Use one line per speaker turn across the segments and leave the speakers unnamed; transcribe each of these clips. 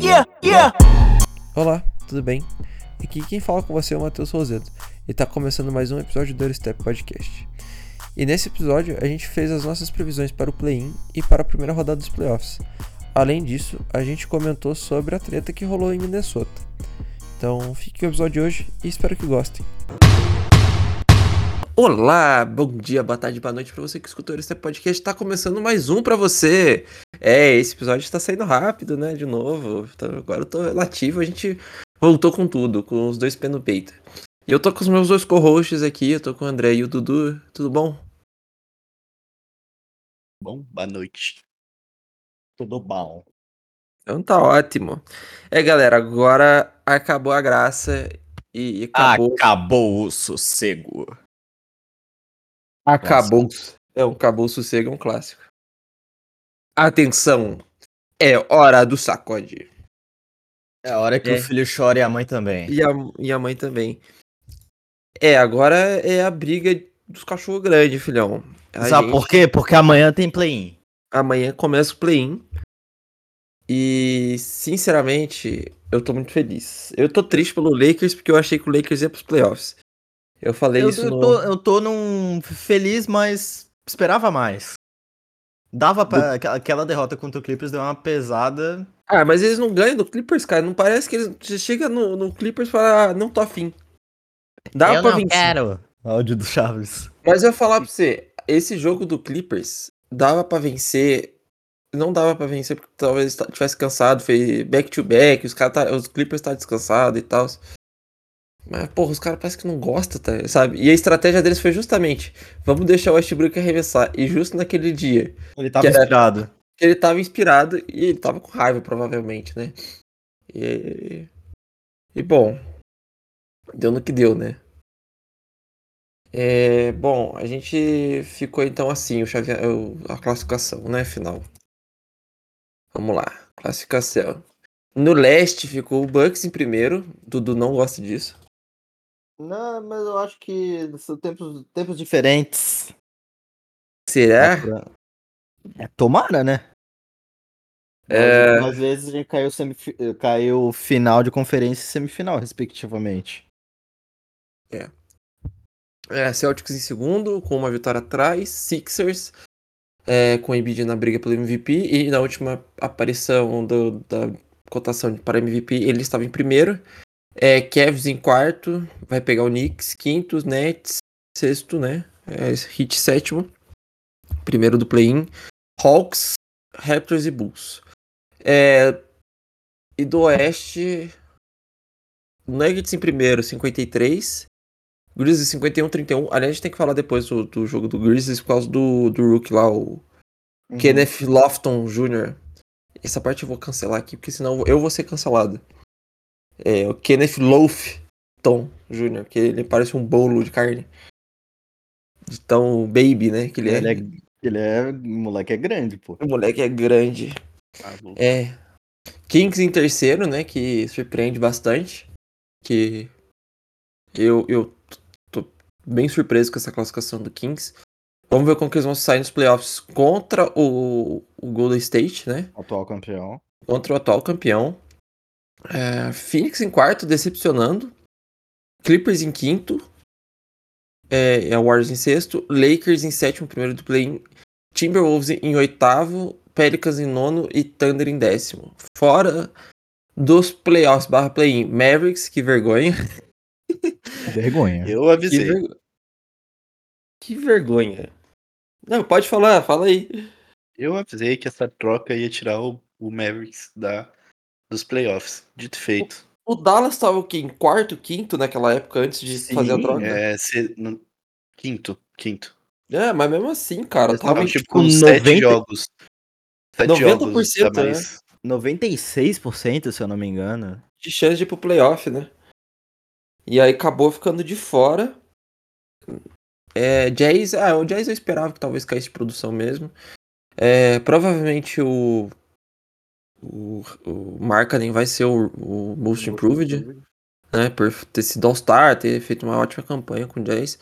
Yeah.
Olá, tudo bem? Aqui quem fala com você é o Matheus Roseto e tá começando mais um episódio do Step Podcast. E nesse episódio a gente fez as nossas previsões para o play-in e para a primeira rodada dos playoffs. Além disso, a gente comentou sobre a treta que rolou em Minnesota. Então fique com o episódio de hoje e espero que gostem.
Olá, bom dia, boa tarde, boa noite para você que escutou esse podcast. Tá começando mais um para você. É, esse episódio está saindo rápido, né? De novo. Tá- agora eu tô relativo, a gente voltou com tudo, com os dois pés no peito. E eu tô com os meus dois co-hosts aqui, eu tô com o André e o Dudu. Tudo bom?
Bom, boa noite. Tudo bom?
Então tá ótimo. É, galera, agora acabou a graça e, e
Ah,
acabou.
Acabou o sossego.
Acabou. É, um acabou o sossego, é um clássico. Atenção, é hora do sacode.
É a hora que
É.
o filho chora e a mãe também.
E a, e a mãe também. É, agora é a briga dos cachorros grandes, filhão. A
Sabe
gente-
por quê? Porque amanhã tem play-in.
Amanhã começa o play-in. E, sinceramente, eu tô muito feliz. Eu tô triste pelo Lakers, porque eu achei que o Lakers ia pros playoffs. Eu falei
Eu,
isso
eu
no...
tô, eu tô num feliz, mas esperava mais. Dava pra. aquela- Aquela derrota contra o Clippers deu uma pesada.
Ah, mas eles não ganham do Clippers, cara. Não parece que eles... Você chega no, no Clippers e fala, "Ah, não tô afim. Dá
eu
pra
não
vencer.
quero. Áudio do Chaves.
Mas eu ia falar pra você, esse jogo do Clippers dava pra vencer. Não dava pra vencer porque talvez tá- tivesse cansado, fez back to back, os cara tá- os Clippers tá descansado e tal. Mas porra, os caras parece que não gosta, tá- sabe? E a estratégia deles foi justamente, vamos deixar o Westbrook arremessar e justo naquele dia
Ele
Que
tava
era-
inspirado.
que ele tava inspirado e ele tava com raiva, provavelmente, né? E, e bom, deu no que deu, né? É, bom, a gente ficou então assim, o chave, o- a classificação, né, final. Vamos lá, classificação. No leste ficou o Bucks em primeiro, Dudu não gosta disso.
Não, mas eu acho que são tempos, tempos diferentes.
Será?
É, tomara, né?
É.
Às vezes a gente caiu, semifi- eh, caiu final de conferência e semifinal, respectivamente.
É, Celtics em segundo, com uma vitória atrás. Sixers, é, com o Embiid na briga pelo MVP. E na última aparição do- da cotação de- para MVP, ele estava em primeiro. É, Cavs em quarto, vai pegar o Knicks. Quinto, os Nets. Sexto, né? É, hit sétimo. Primeiro do play-in. Hawks, Raptors e Bulls. É, e do Oeste, Nuggets em primeiro, 53. Grizzlies 51 31. Aliás, a gente tem que falar depois do, do jogo do Grizzlies por causa do, do Rook lá, o
Uhum. né,
Kenneth Lofton Jr. Essa parte eu vou cancelar aqui, porque senão eu vou ser cancelado. É, o Kenneth Lofton Jr., que ele parece um bolo de carne. De tão baby, né? Que ele,
Ele
é.
é, ele é. O moleque é grande, pô.
O moleque é grande. É. Kings em terceiro, né? Que surpreende bastante. Que eu, eu tô bem surpreso com essa classificação do Kings. Vamos ver como que eles vão sair nos playoffs contra o, o Golden State, né?
Atual campeão.
Contra o atual campeão. É, Phoenix em quarto, decepcionando. Clippers em quinto. É, e a Warriors em sexto. Lakers em sétimo, primeiro do play-in. Timberwolves em oitavo. Pelicans em nono e Thunder em décimo. Fora dos playoffs barra play-in. Mavericks, que vergonha.
Vergonha.
Eu
Que,
avisei.
vergo- que vergonha. Não, pode falar, fala aí.
Eu avisei que essa troca ia tirar o, o Mavericks da, dos playoffs. Dito e feito.
O Dallas tava o quê? Em quarto, quinto naquela época, antes de fazer a
Sim,
troca? É,
É, se- no- quinto. Quinto.
mas mesmo assim, cara,
Eles
tava
estavam,
em
tipo,
com
com sete
90
jogos. Sete
90%,
jogos a mais.
96%, se eu não me engano.
de chance de ir pro playoff, né? E aí acabou ficando de fora. É, Jazz, ah, o Jazz eu esperava que talvez caísse de produção mesmo. É, provavelmente o, o, o Markkanen vai ser o, o Most Improved
Tipo,
né, por ter sido All-Star, ter feito uma ótima campanha com o Jazz.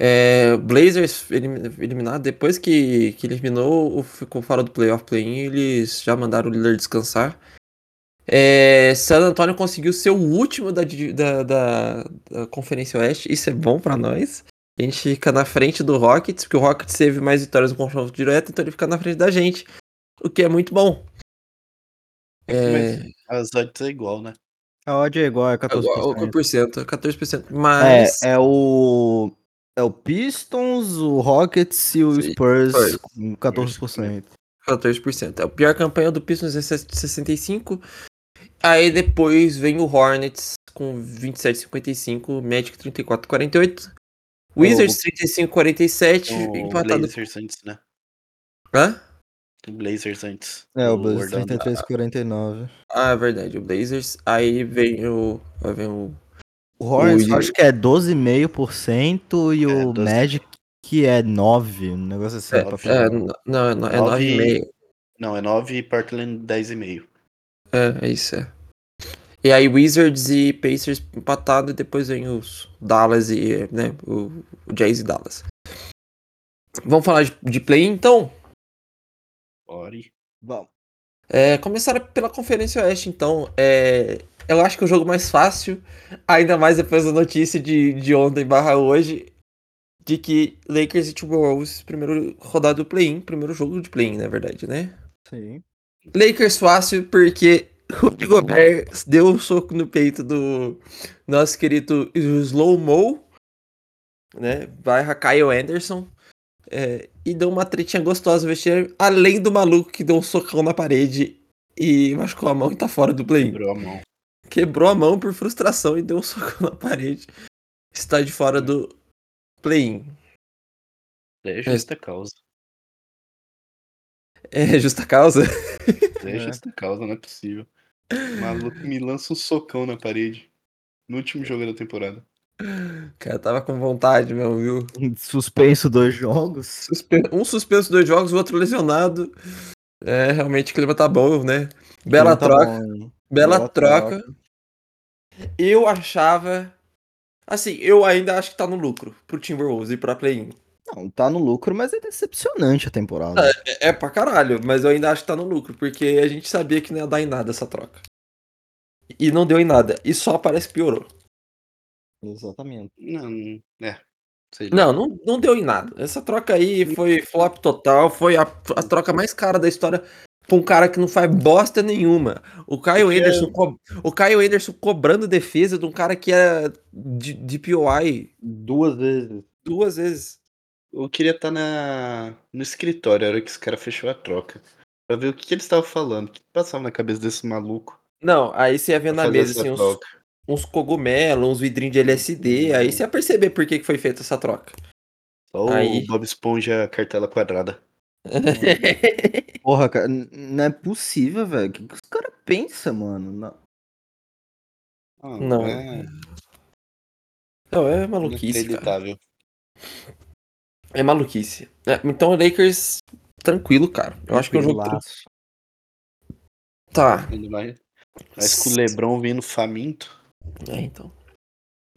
É, Blazers elim- eliminado, depois que, que eliminou, o- ficou fora do playoff play-in, eles já mandaram o Lillard descansar. É, San Antonio conseguiu ser o último da, di- da, da- da Conferência Oeste, isso é bom pra nós. A gente fica na frente do Rockets, porque o Rockets teve mais vitórias no confronto direto, então ele fica na frente da gente, o que é muito bom. É,
Mas as odds é igual, né?
A odd é igual, é
o- o-
14%.
14%, 14%,
É,
mas
é o. É o Pistons, o Rockets e o
Sim,
Spurs
Spurs.
com 14%.
14%. É o pior campanha do Pistons é 65. Aí depois vem o Hornets com 27,55, Magic 34,48, Wizards 35,47,
O
empatado.
Blazers antes, né?
Hã?
O Blazers antes.
É, o
Blazers
Blazers 33,49.
Ah, é verdade, o Blazers. Aí vem o. Aí vem o.
O Hornets
O-
eu acho que é 12,5% e
É,
o
12.
Magic que é 9%. Um negócio assim.
É,
pra
é,
frente.
n- não, é, no- é
Nove-
9,5.
Não, é 9 e Portland 10,5.
É, é isso, é. E aí Wizards e Pacers empatado, e depois vem os Dallas e, né, o, o Jazz e Dallas. Vamos falar de, de play então?
Ori.
Bom,
É, começaram pela Conferência Oeste, então. É, eu acho que o jogo mais fácil, ainda mais depois da notícia de, de ontem barra hoje, de que Lakers e Timberwolves, primeiro rodada do play-in, primeiro jogo de play-in, na verdade, né?
sim.
Lakers fácil porque Rudy Gobert deu um soco no peito do nosso querido Slow Mo, né? Barra Kyle Anderson. é, e deu uma tretinha gostosa no vestiário, além do maluco que deu um socão na parede e machucou a mão e tá fora do play.
Quebrou a mão.
Quebrou a mão por frustração e deu um socão na parede. Está de fora do play-in.
É justa causa.
É justa causa?
É
É.
justa causa, não é possível. O maluco me lança um socão na parede. No último jogo da temporada.
O cara tava com vontade mesmo, viu?
É, um Suspenso dois jogos.
Suspe- Um suspenso, dois jogos, o outro lesionado. É, realmente o clima tá bom, né? Bela
Tá
troca,
bom.
bela,
bela
troca. Eu achava. Assim, eu ainda acho que tá no lucro pro Timberwolves e pra play-in.
Não, tá no lucro, mas é decepcionante a temporada.
É, é pra caralho, mas eu ainda acho que tá no lucro, porque a gente sabia que não ia dar em nada essa troca. E não deu em nada. E só parece que piorou.
Exatamente.
Não, é. Sei lá.
Não, não, não deu em nada. Essa troca aí foi flop total, foi a, a troca mais cara da história pra um cara que não faz bosta nenhuma. O Caio
Porque-
Anderson, co- o Caio Anderson cobrando defesa de um cara que é de, de POI
Duas vezes.
duas vezes.
Eu queria estar na... no escritório, a hora que esse cara fechou a troca. Pra ver o que, que eles estavam falando. O que passava na cabeça desse maluco.
Não, aí você ia ver
pra
na
fazer
mesa
essa
assim, uns,
troca.
uns cogumelos, uns vidrinhos de LSD, aí você ia perceber por que que foi feita essa troca.
Só o
Aí.
Bob Esponja cartela quadrada.
Porra, cara, n- não é possível, velho. O que, que os caras pensam, mano? Não.
Ah,
Não.
É
Não, é maluquice, cara.
inacreditável.
É maluquice. É, então o Lakers, tranquilo, cara. Eu acho que é um jogo... tran-
Tranquilaço.
Tá,
Ainda mais- Mas com o Lebron vindo faminto.
É, então.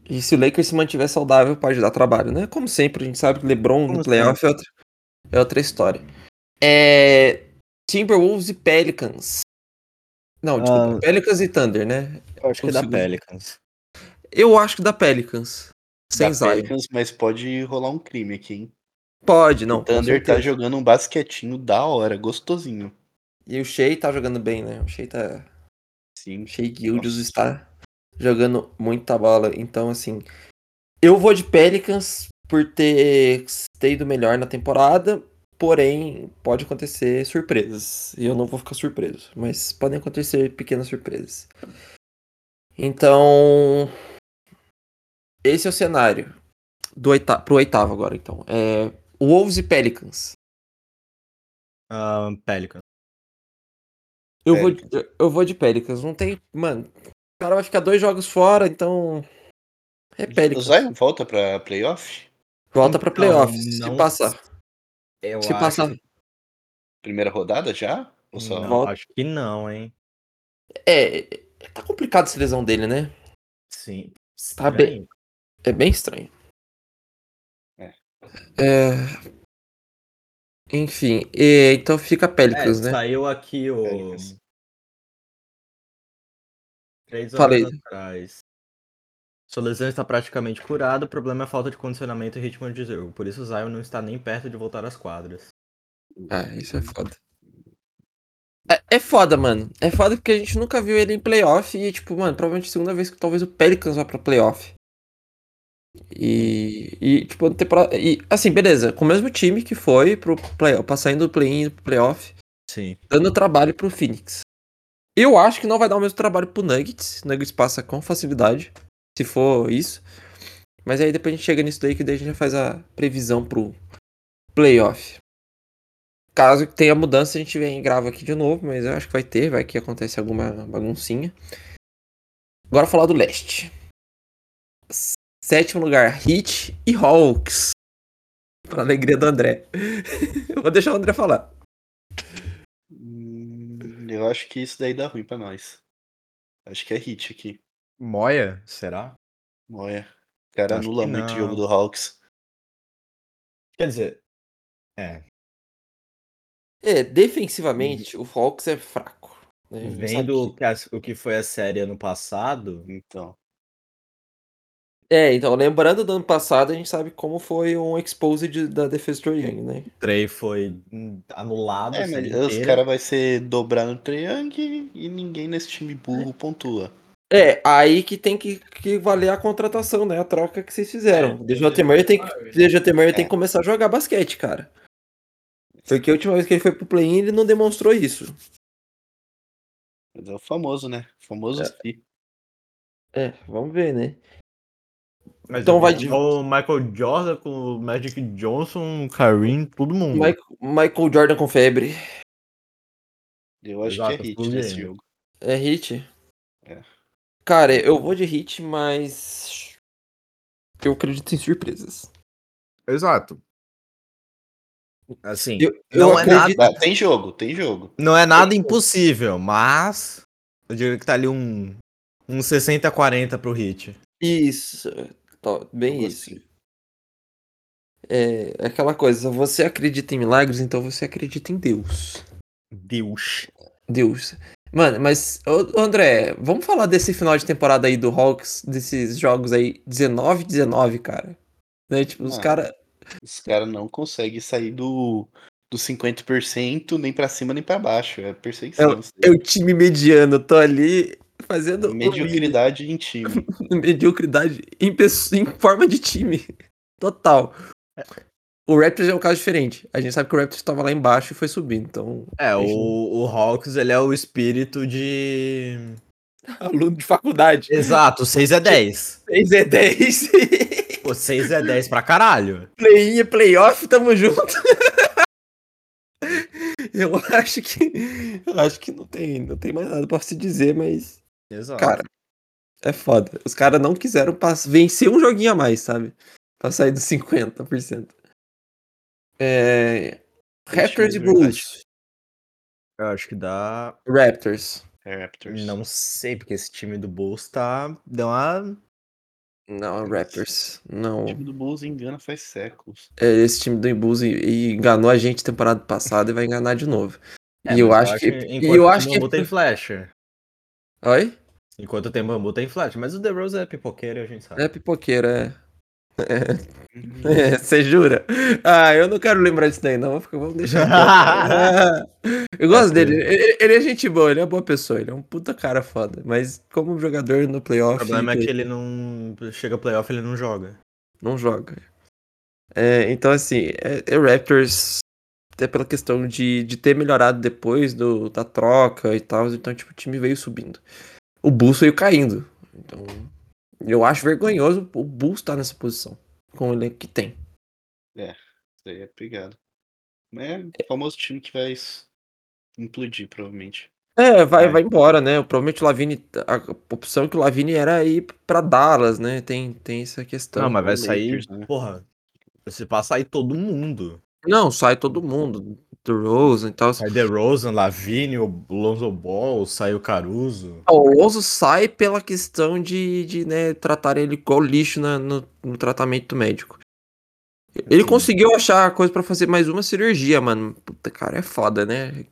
E se o Lakers se mantiver saudável, pode dar trabalho, né? Como sempre, a gente sabe que LeBron
Como
no playoff é outra, é outra história. É... Timberwolves e Pelicans. Não, desculpa.
Ah.
Pelicans e Thunder, né?
Eu acho que é da
Consigo-
Pelicans.
Eu acho que dá Pelicans. Sem
Da
Zion.
Pelicans, mas pode rolar um crime aqui, hein?
Pode, não.
o
com
Thunder tá
certeza.
jogando um basquetinho da hora, gostosinho.
E o Shea tá jogando bem, né? O Shea tá...
Sim.
Shea Gildius
Nossa.
está jogando muita bola. Então, assim, eu vou de Pelicans por ter sido melhor na temporada. Porém, pode acontecer surpresas. E eu não vou ficar surpreso. Mas podem acontecer pequenas surpresas. Então. Esse é o cenário. Do oita pro oitavo agora, então. É, Wolves e Pelicans.
Ah, Pelicans.
Eu vou, de- eu vou de Pelicans. Não tem. Mano, o cara vai ficar dois jogos fora, então. É
O
Pelicans.
Zion volta pra playoff?
Volta pra playoffs.
Então, Não,
se passar.
Eu
Se passar.
Primeira rodada já? Ou só?
Não. Volta.
acho que não, hein?
É. é- Tá complicado essa lesão dele, né?
Sim.
Tá bem. É bem estranho.
É.
É, Enfim, é, então fica Pelicans, né?
Saiu aqui o.
Pelicans.
Três
Falei.
horas atrás. Sua lesão está praticamente curada, o problema é a falta de condicionamento e ritmo de jogo. Por isso Zion não está nem perto de voltar às quadras.
Ah, isso é foda. É, é foda, mano. É foda porque a gente nunca viu ele em playoff e, tipo, mano, provavelmente a segunda vez que talvez o Pelicans vá pra playoff. E, e tipo, na temporada. E, assim, beleza, com o mesmo time que foi pro play, passando do play-in pro playoff,
Sim.
dando trabalho pro Phoenix. Eu acho que não vai dar o mesmo trabalho pro Nuggets. Nuggets passa com facilidade, se for isso. Mas aí depois a gente chega nisso daí que daí a gente já faz a previsão pro playoff. Caso tenha mudança, a gente vem e grava aqui de novo, mas eu acho que vai ter, vai que acontece alguma baguncinha. Agora falar do leste. Sétimo lugar, Heat e Hawks. Pra alegria do André. eu vou deixar o André falar.
Hum, Eu acho que isso daí dá ruim pra nós. Acho que é hit aqui.
Moia? Será?
Olha. O cara
Acho que
anula muito o jogo
não.
do Hawks.
Quer dizer. É.
É, defensivamente, o Hawks é fraco. né? A gente sabe
Vendo o
que-
que as- o que foi a série ano passado,
Então.
É, então, lembrando do ano passado, a gente sabe como foi um expose de- da defesa do Trae Young, né?
o Trey foi hum, anulado.
É,
a
mas
série
os
inteira.
caras vão ser dobrar no Triang e ninguém nesse time burro pontua.
É, aí que tem que, que valer a contratação, né? A troca que vocês
É,
fizeram. O DeJounte Murray tem que, DeJounte Murray tem que começar a jogar basquete, cara. Porque a última vez que ele É. foi pro play-in, ele não demonstrou isso.
Mas é o famoso, né? O famoso fi.
É, vamos ver, né?
Mas
Então
eu
vai
vi
de-
O Michael Jordan com o Magic Johnson, o Kareem, todo mundo.
Mike- Michael Jordan com febre.
Eu acho
Exato,
que é hit
tudo
nesse
bem.
jogo.
É hit?
É.
Cara, eu vou de hit, mas. Eu acredito em surpresas.
Exato. Assim.
Eu,
Não
eu
é
acredito.
Ah, tem jogo, tem jogo.
Não é nada impossível, mas. Eu diria que tá ali um. Um 60-40 pro hit.
Isso. Tá, bem
Algo
isso. É é aquela coisa, você acredita em milagres, então você acredita em Deus.
Deus.
Deus. Mano, mas, ô, ô, André, vamos falar desse final de temporada aí do Hawks, desses jogos aí, 19-19, cara. Né, tipo, os
Ah.
caras.
Os caras não conseguem sair do, do 50% nem pra cima nem pra baixo. É perseguição. isso
É
daí.
o time mediano, tô ali fazendo. o mínimo.
Mediocridade em time.
mediocridade em, pesso- em forma de time. Total. O Raptors é um caso diferente. A gente sabe que o Raptors estava lá embaixo e foi subindo. Então,
É, o, o Hawks, ele é o espírito de.
aluno de faculdade.
Exato, 6 é 10.
6 é 10.
Pô, 6 é 10 pra caralho.
Play-in é playoff, tamo junto. eu acho que. Eu acho que não tem, não tem mais nada pra se dizer, mas.
Exato.
Cara, é foda. Os caras não quiseram pass- vencer um joguinho a mais, sabe? Pra sair dos 50%. É... Raptors e
é verdade.
Bulls.
eu acho que dá.
Raptors.
É Raptors.
Não sei, porque esse time do Bulls tá. Deu uma.
Não, é Raptors. Não.
O time do Bulls engana faz séculos.
É, esse time do Bulls e, e enganou a gente temporada passada e vai enganar de novo.
É,
e eu
mas
acho que. E
enquanto
eu
o
acho que.
Bambu tem Flash.
Oi?
Enquanto tem Bambu, tem Flash. Mas o The Rose é pipoqueiro, a gente sabe.
É pipoqueira, é. É, Você jura? Ah, eu não quero lembrar disso daí, não. Vou ficar- Vamos deixar. quieto. Ah, eu gosto dele. Ele, ele é gente boa, ele é uma boa pessoa, ele é um puta cara foda. Mas como jogador no
O
playoff.
problema é
ele-
que ele não. Chega playoff, ele não joga.
não joga. É, então, assim, é, é Raptors, até pela questão de, de ter melhorado depois do, da troca e tal, então, tipo, o time veio subindo. O Bulls veio caindo. Então, eu acho vergonhoso o Bulls estar nessa posição, com o elenco que tem.
Isso daí é pegado. Mas é o famoso time que vai s- implodir, provavelmente.
É, vai,
Vai.
vai embora, né? Provavelmente o Lavine, a opção que o Lavine era ir pra Dallas, né? Tem, tem essa questão.
Não, mas vai
o
sair,
Lakers, né?
porra. Se passar aí todo mundo.
Não, sai todo mundo, do Rose e tal.
Sai The Rosen, Lavigne, o Lonzo Ball, sai o Caruso.
Ah, O Lonzo sai pela questão de, de né, tratar ele igual lixo na- no, no tratamento médico. Ele
Entendi.
conseguiu achar a coisa pra fazer mais uma cirurgia, mano. Puta, cara, é foda, né?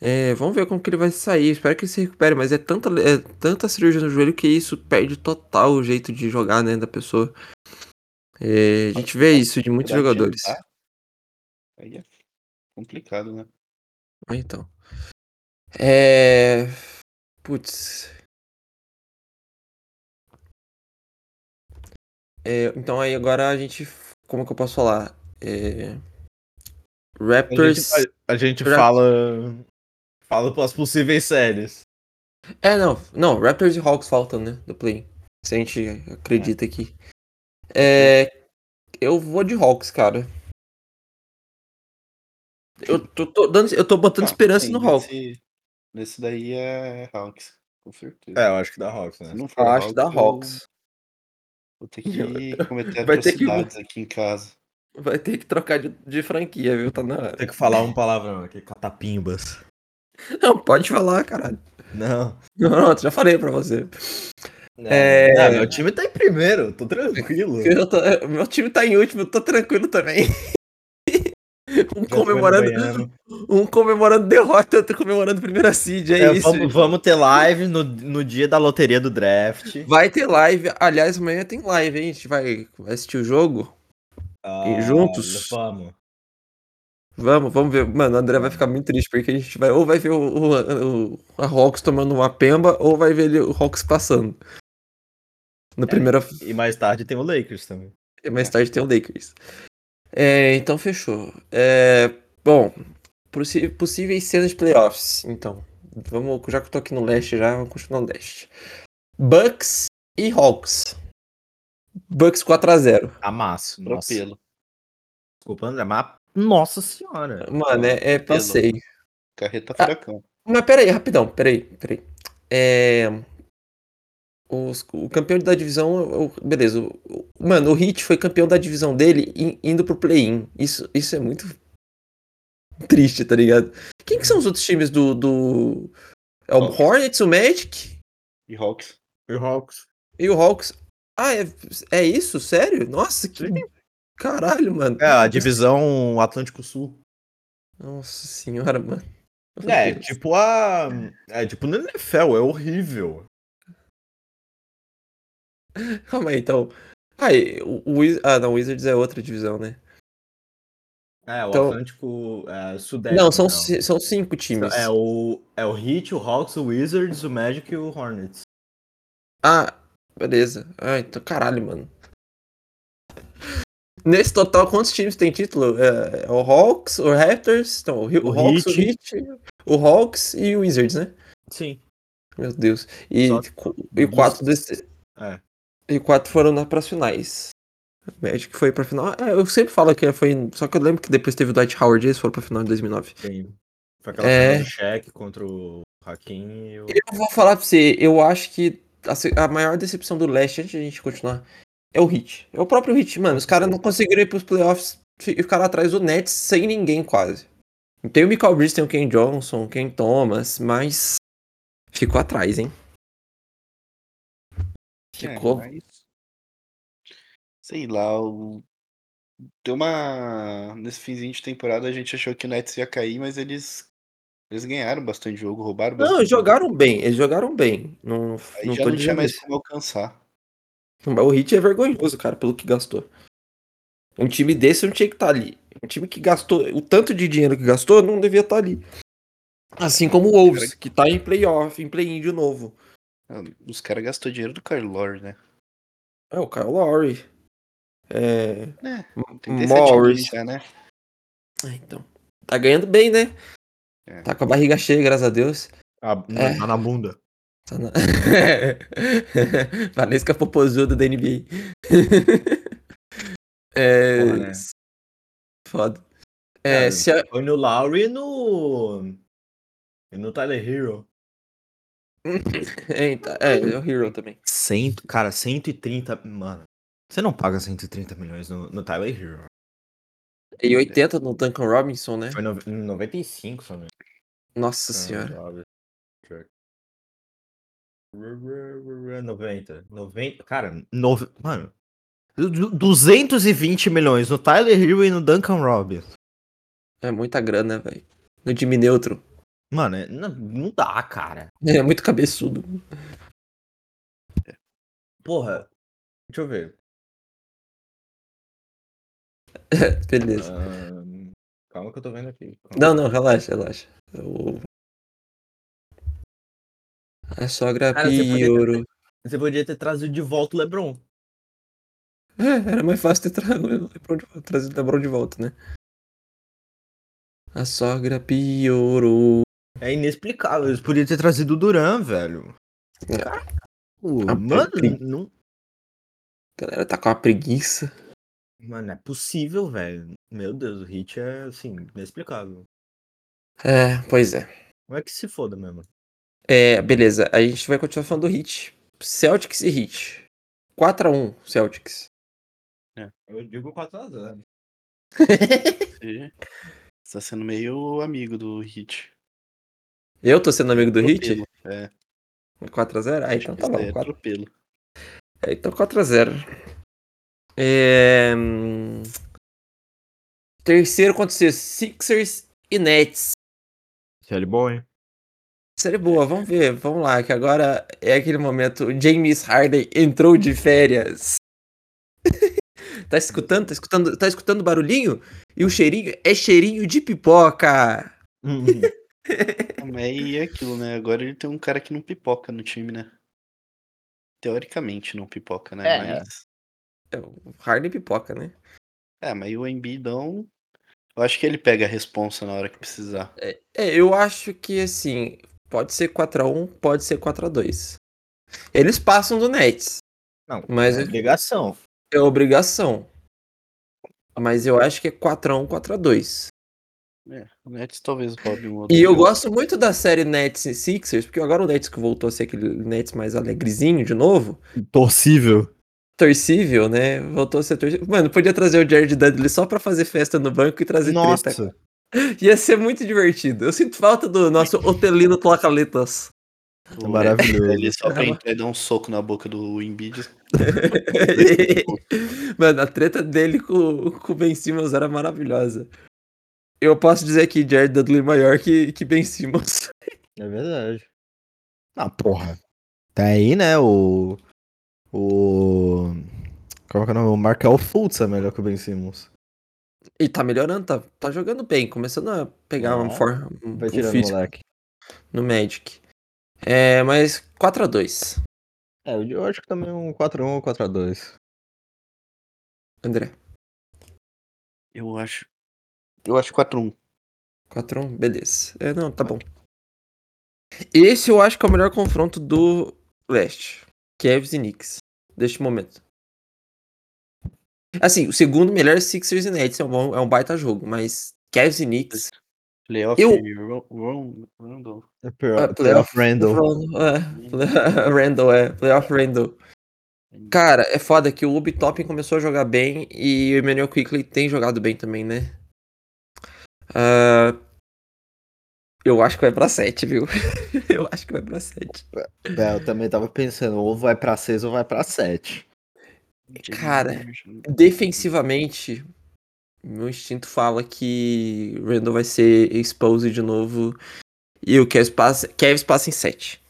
É, vamos ver como que ele vai sair. Espero que ele se recupere, mas é tanta, é tanta cirurgia no joelho que isso perde total o jeito de jogar, né, da pessoa. É, a gente vê isso de muitos
Cuidar de
jogadores.
andar, Aí é complicado, né?
Ah, então. É. Putz. É, então aí agora a gente. Como que eu posso falar? É...
A
Raptors.
gente, a- a gente
Raptors.
fala. Fala as possíveis séries.
É, não. Não, Raptors e Hawks faltam, né? Do play. Se a gente acredita aqui. É, eu vou de Hawks, cara. Eu tô, tô dando, eu tô botando
Ah,
esperança
sim,
no Hawks.
Nesse, nesse daí é Hawks, com certeza.
É, eu acho que da Hawks,
Se
né?
não for
Eu acho da
Hawks, eu
Hawks.
Vou ter que cometer
Vai ter que-
atrocidades aqui em casa.
Vai ter que trocar de, de franquia, viu? Tá na hora.
Tem que falar um palavrão aqui, catapimbas.
Não, pode falar, caralho.
Não.
Não, não, já falei pra você.
É...
Não,
meu time tá em primeiro, tô tranquilo.
Eu tô- meu time tá em último, eu tô tranquilo também. Um comemorando, um comemorando derrota, outro comemorando primeira seed, é,
É,
isso.
vamos, vamos ter live no, no dia da loteria do draft.
Vai ter live. Aliás, amanhã tem live, hein? A gente vai vai assistir o jogo.
Ah,
juntos?
Vamos.
Vamos, vamos ver. Mano, o André vai ficar muito triste, porque a gente vai. Ou vai ver o, o- o- a Hawks tomando uma pemba, ou vai ver ele- o Hawks passando. Na
É.
primeira
E mais tarde tem o Lakers também.
E É, mais tarde tem o Lakers. É, então fechou. É, bom, possi- possíveis cenas de playoffs. Então, vamos, já que eu tô aqui no leste já, vamos continuar no leste. Bucks e Hawks. Bucks 4x0.
Amasso. Nossa.
Atropelo.
Desculpa, André, mas. Nossa senhora.
Mano, é, é passeio.
Carreta
Ah.
furacão.
Mas peraí, rapidão, peraí, peraí. É... os- o campeão da divisão, o- o- beleza. o- o- mano, o Heat foi campeão da divisão dele in- indo pro play-in. Isso, isso é muito triste, tá ligado? Quem que são os outros times do. do... É o
Hawks.
Hornets, o Magic
E Hawks.
E o Hawks.
e o Hawks. Ah, é, é isso? Sério? Nossa, que. Caralho, mano.
É, a divisão Atlântico Sul.
Nossa senhora, mano. Meu
É,
Deus.
tipo a. É tipo no NFL, é horrível.
Calma aí, então. Ah, e o, o Wiz- ah, não, o Wizards é outra divisão, né?
É, o
Então-
Atlântico é, Sudeste.
não, são, ci- são cinco times.
É o, é o Heat, o Hawks, o Wizards, o Magic e o Hornets.
Ah, beleza. Ah, então caralho, mano. Nesse total, quantos times tem título? É, é o Hawks, o Raptors, então, o, Hi- o
O
Hawks, o Heat, o Hawks e o Wizards, né?
Sim.
Meu Deus. E,
Só-
qu- e quatro desse,
É.
e quatro foram na, pras finais. O Magic foi pra final. É, eu sempre falo que foi. Só que eu lembro que depois teve o Dwight Howard e eles foram pra final em 2009.
Tem. Foi aquela
É.
final do cheque contra o Hakim e o.
Eu vou falar pra você, eu acho que a se- a maior decepção do leste, antes de a gente continuar, é o Hit. É o próprio Hit, mano. Os caras não conseguiram ir pros playoffs fi- e ficaram atrás do Nets sem ninguém, quase. Tem o Michael Bridges, tem o Ken Johnson, o Ken Thomas, mas ficou atrás, hein? Ficou.
É, mas- Sei lá, o... Tem uma... Nesse finzinho de temporada a gente achou que o Nets ia cair, mas eles... Eles ganharam bastante jogo, roubaram bastante.
Não, eles
jogo.
jogaram bem, eles jogaram bem. Não,
Aí
não
já
tô
não tinha
dizendo
mais
isso.
como alcançar.
Mas o Hit é vergonhoso, cara, pelo que gastou. Um time desse não tinha que estar ali. Um time que gastou o tanto de dinheiro que gastou não devia estar ali. Assim como o Wolves, que tá em playoff, em play-in de novo.
Ah, Os caras gastou dinheiro do Kyle Lowry, né?
É o Kyle Lowry. É.
É,
M-
37 anos
Morris.
já, né?
Ah, então. Tá ganhando bem, né?
É.
Tá com a barriga cheia, graças a Deus.
Ah,
É.
Tá na bunda.
Tá na... Valesca é Popozuda da NBA. é.
Porra, né?
Foda. É,
É.
se a-
Foi no Lowry e no. E no Tyler Hero.
é, então- é, é o Hero também.
Cento, cara, 130. Mano. Você não paga 130 milhões no, no Tyler Hero. né?
E 80 no Duncan Robinson, né?
Foi no, em 95, só mesmo.
Nossa senhora.
90. 90. Cara, nove, mano. du- 220 milhões no Tyler Hill e no Duncan Robbins.
É muita grana, velho. No time neutro.
Mano, é- não, não dá, cara.
Ele é muito cabeçudo.
Porra. Deixa eu ver.
Beleza.
Ahn, calma que eu tô vendo aqui.
Não, não, relaxa, relaxa. Eu- A sogra
Cara, você podia ter-
piorou.
Você podia ter trazido de volta o Lebron.
É, era mais fácil ter tra... Lebron de volta, trazido o Lebron de volta, né? A sogra piorou.
É inexplicável. Eles podiam ter trazido o Duran, velho.
É.
Caraca,
Ah,
mano,
peraí.
não...
A galera tá com uma preguiça.
mano, é possível, velho. Meu Deus, o hit é, assim, inexplicável.
É, pois é.
Como é que se foda mesmo?
É, beleza. A gente vai continuar falando do Hit. Celtics e Hit. 4x1, Celtics.
Eu digo 4x0.
Você tá sendo meio amigo do Hit.
Eu tô sendo amigo do Hit?
Atropelo, É,
4x0? Ah, então tá
isso
bom.
daí é
4
atropelo.
É, Então 4x0. É... hum, Terceiro contra o Sixers e Nets.
Série boa, hein?
Série boa, vamos ver, vamos lá, que agora é aquele momento. o James Harden entrou de férias. tá escutando? Tá escutando? Tá escutando o barulhinho? E o cheirinho é cheirinho de pipoca.
Uhum.
Mas e é aquilo, né? Agora ele tem um cara que não pipoca no time, né? Teoricamente não pipoca, né?
É.
Mas.
É, o Harden pipoca, né?
É, mas e o Embidão. Eu acho que ele pega a responsa na hora que precisar.
É, eu acho que assim, pode ser 4x1, pode ser 4x2. Eles passam do Nets.
Não,
Mas
é obrigação.
É obrigação. Mas eu acho que é 4x1, 4x2.
É, o Nets talvez Bob um outro
E eu
jogo.
gosto muito da série Nets e Sixers, porque agora o Nets que voltou a ser aquele Nets mais alegrezinho de novo.
Torcível.
Torcível, né? Voltou a ser torcível. Mano, podia trazer o Jared Dudley só pra fazer festa no banco e trazer treta.
Nossa.
Ia ser muito divertido. Eu sinto falta do nosso Otelino Placaletas.
O
maravilhoso.
Ele só pra entrar e dar um soco na boca do Embiid.
Mano, a treta dele com, com o Ben Simmons era maravilhosa. Eu posso dizer que Jared Dudley é maior que, que Ben Simmons.
É verdade. Ah, porra. Tá aí, né, o... O... Como é que é o nome? O Markel Fultz é melhor que o Ben Simmons.
E tá melhorando, tá, tá jogando bem, começando a pegar um,
É,
for, um,
Vai
um
tirando o
físico
moleque.
no Magic. É, mas 4x2,
É, eu- eu acho que também um 4x1 ou 4x2.
André.
Eu acho. Eu acho 4-1.
4x1, beleza. É, não, tá bom. Esse eu acho que é o melhor confronto do leste. Cavs e Knicks, deste momento. Assim, o segundo melhor é Sixers e Nets, é um, bom- é um baita jogo, mas Cavs e Knicks...
Playoff
Eu-
e Ro- Ron- Rondo.
É
Ah,
pior.
playoff
Playoff Randall.
É, Randall, é. Playoff Randall. Cara, é foda que o Obi Toppin começou a jogar bem e o Emmanuel Quickley tem jogado bem também, né? Ah, eu acho que vai pra 7, viu? eu acho que vai pra 7.
É, eu também tava pensando, ou vai pra 6 ou vai pra 7.
cara, Defensivamente, meu instinto fala que o Randall vai ser exposed de novo e o Cavs passa, Cavs passa em 7.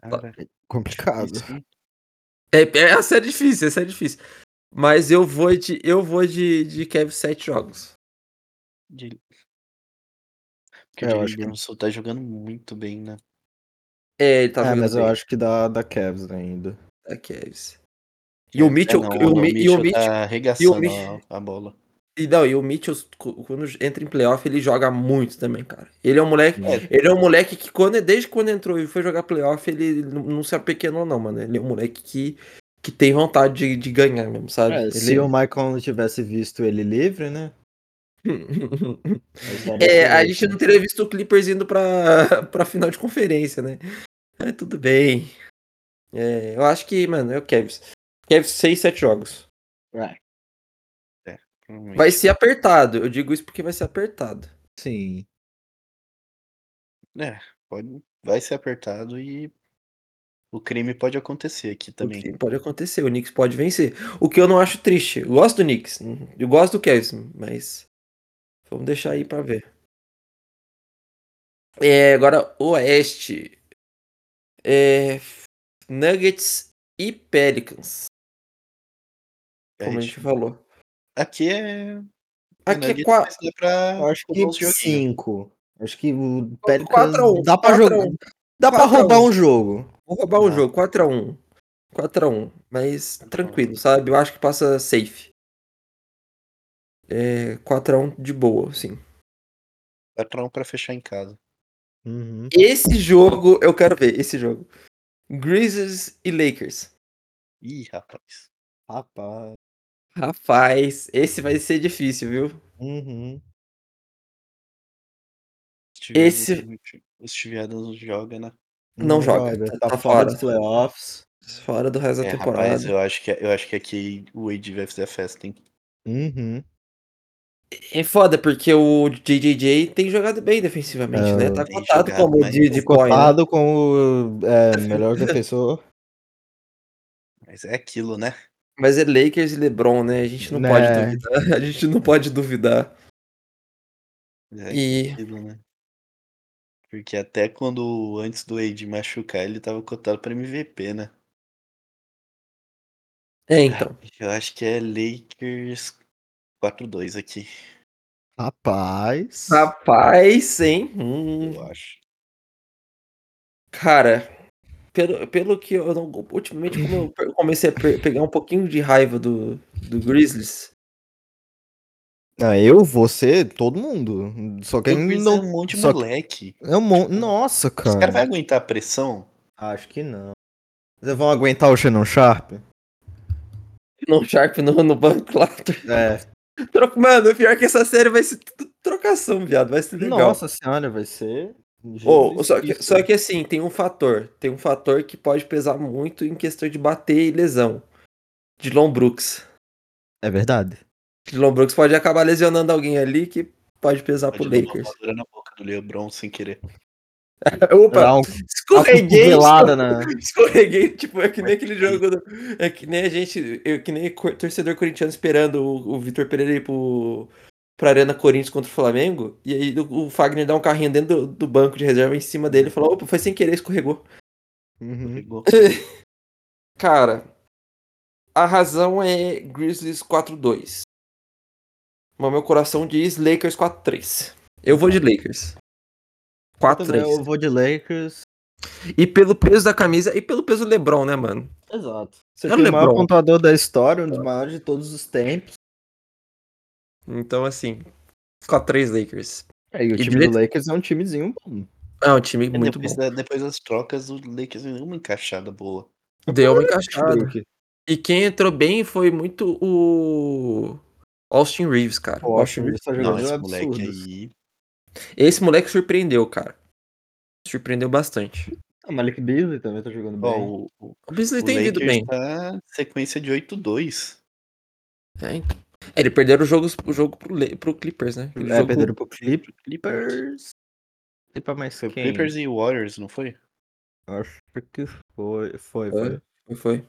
Cara,
Complicado.
difícil, hein?
É, é a série difícil, é a série difícil. Mas eu vou de, eu vou de, de Cavs 7 jogos.
De- Porque
É,
o
eu
Jalen
acho que-
Brunson tá jogando muito bem, né?
É, ele tá
é,
jogando
mas eu
bem.
acho que dá, dá Cavs ainda.
É Cavs. E o Mitchell,
É,
e
não,
o,
não,
Mi- e o Mitchell,
tá arregaçando
Mitchell-
a, a bola.
e não, e o Mitchell, cu- quando entra em playoff, ele joga muito também, cara. Ele é um moleque, ele é um moleque que quando, desde quando entrou e foi jogar playoff, ele não não se apequenou não, mano. Ele é um moleque que, que tem vontade de, de ganhar mesmo, sabe?
É,
Ele-
se o Michael não tivesse visto ele livre, né? Mas vamos
É, a
ver.
gente não teria visto o Clippers indo pra, pra final de conferência, né? É, tudo bem. É, eu acho que, mano, é o Cavs. Cavs 6, 7 jogos.
Provavelmente.
Vai ser apertado, eu digo isso porque vai ser apertado.
Sim.
é, Pode- vai ser apertado e o crime pode acontecer aqui também.
O que pode acontecer, o Knicks pode vencer. O que eu não acho triste. Eu gosto do Knicks, eu gosto do Cavs, mas Vamos deixar aí pra ver. É, agora, Oeste. É, Nuggets e Pelicans, como a gente falou.
É Aqui é.
Aqui é
Nuggets,
qua-
mas dá pra-
Eu acho
pra dar uns
que
joguinhos.
5. Acho que o
quatro a um,
Pelicans dá pra
quatro a
jogar.
um.
Dá pra
Quatro a
roubar
um.
um jogo.
Vou roubar um
Ah.
jogo, 4x1. 4x1, mas
um.
tranquilo, sabe? Eu acho que passa safe. É, 4x1 de boa, sim.
Dá pra um pra fechar em casa.
Uhum.
Esse jogo, eu quero ver, esse jogo. Grizzlies e Lakers.
Ih, rapaz.
Rapaz.
Rapaz, esse vai ser difícil, viu?
Uhum.
Steve
Esse-
Adams- O Steve Adams joga, né?
Não joga, tá-
Tá, fora
tá fora.
dos playoffs.
Fora do resto da
É,
temporada.
rapaz, eu acho, que, é, eu acho que aqui o Wade vai fazer a festa, hein?
Uhum.
É foda, porque o JJJ tem jogado bem defensivamente,
Ah,
né? Tá
tem
cotado
jogado,
como
mas
de, de point, né?
Cotado como é, melhor defensor.
Mas é aquilo, né?
Mas é Lakers e LeBron, né? A gente não
Né.
pode duvidar. A gente não pode duvidar.
É
E
aquilo, né? Porque até quando, antes do Wade machucar, ele tava cotado pra MVP, né?
é então.
Eu acho que é Lakers 4-2 aqui,
Rapaz.
Rapaz, hein? Hum,
eu acho.
cara, pelo, pelo que eu não. Ultimamente, como eu pe- comecei a pe- pegar um pouquinho de raiva do, do Grizzlies.
Não, Ah, eu, você, todo mundo. Só
Porque
quem não.
é um monte de
só-
moleque.
É um mon... Nossa,
Os
cara.
caras vão aguentar a pressão?
Acho que não. Vocês vão aguentar o Shannon Sharp?
Não Sharp no, no banco lá. Tro-
É.
tro- Mano, o pior é que essa série vai ser tudo trocação, viado. Vai ser legal.
Nossa senhora, vai ser.
Ô, só, que,
Jesus
só que assim, tem um fator. Tem um fator que pode pesar muito em questão de bater e lesão. Dylan Brooks.
É verdade.
Dylan Brooks pode acabar lesionando alguém ali que pode pesar
Pode
Tá pro
dar uma
Lakers.
voadora na boca do LeBron sem querer.
Opa,
Dá um-
escorreguei.
cotovelada na-
Escorreguei, tipo, é que nem aquele jogo. do- é que nem a gente. É que nem cor- torcedor corintiano esperando o, o Vitor Pereira ir pro, pra Arena Corinthians contra o Flamengo. E aí o, o Fagner dá um carrinho dentro do, do banco de reserva em cima dele e fala: opa, foi sem querer, escorregou.
Uhum.
Pegou.
Cara, a razão é Grizzlies 4-2. Mas meu coração diz Lakers 4-3. Eu vou de Lakers.
Também
4-3.
eu vou de Lakers.
E pelo peso da camisa e pelo peso do LeBron, né, mano?
Exato. Você
É o
tem o maior
LeBron.
pontuador da história, um dos maiores de todos os tempos.
Então, assim, 4-3 Lakers.
É, e o
E
time
direito-
do Lakers é um timezinho bom.
É um time
É,
muito
depois,
bom.
da- depois das trocas, o Lakers deu uma encaixada boa.
Deu uma encaixada.
Westbrook.
E quem entrou bem foi muito o Austin Reeves, cara.
O Austin Reeves tá
Não,
jogando
é
esse moleque
absurdos.
aí.
Esse moleque surpreendeu, cara. Surpreendeu bastante.
Ah, Malik Beasley também tá jogando
né?
Ó,
bem.
o, o,
O Beasley
o
tem ido
Lakers
bem.
tá sequência de 8-2.
É, então. É, ele perderam o jogo, o jogo pro, Le- pro Clippers, né? Aquele
É,
jogo-
perderam pro Clip-
Clippers.
Clippers. E pra mais
Foi
quem?
Clippers e Warriors, não foi?
Acho que foi. Foi,
Foi?
foi.
Não foi.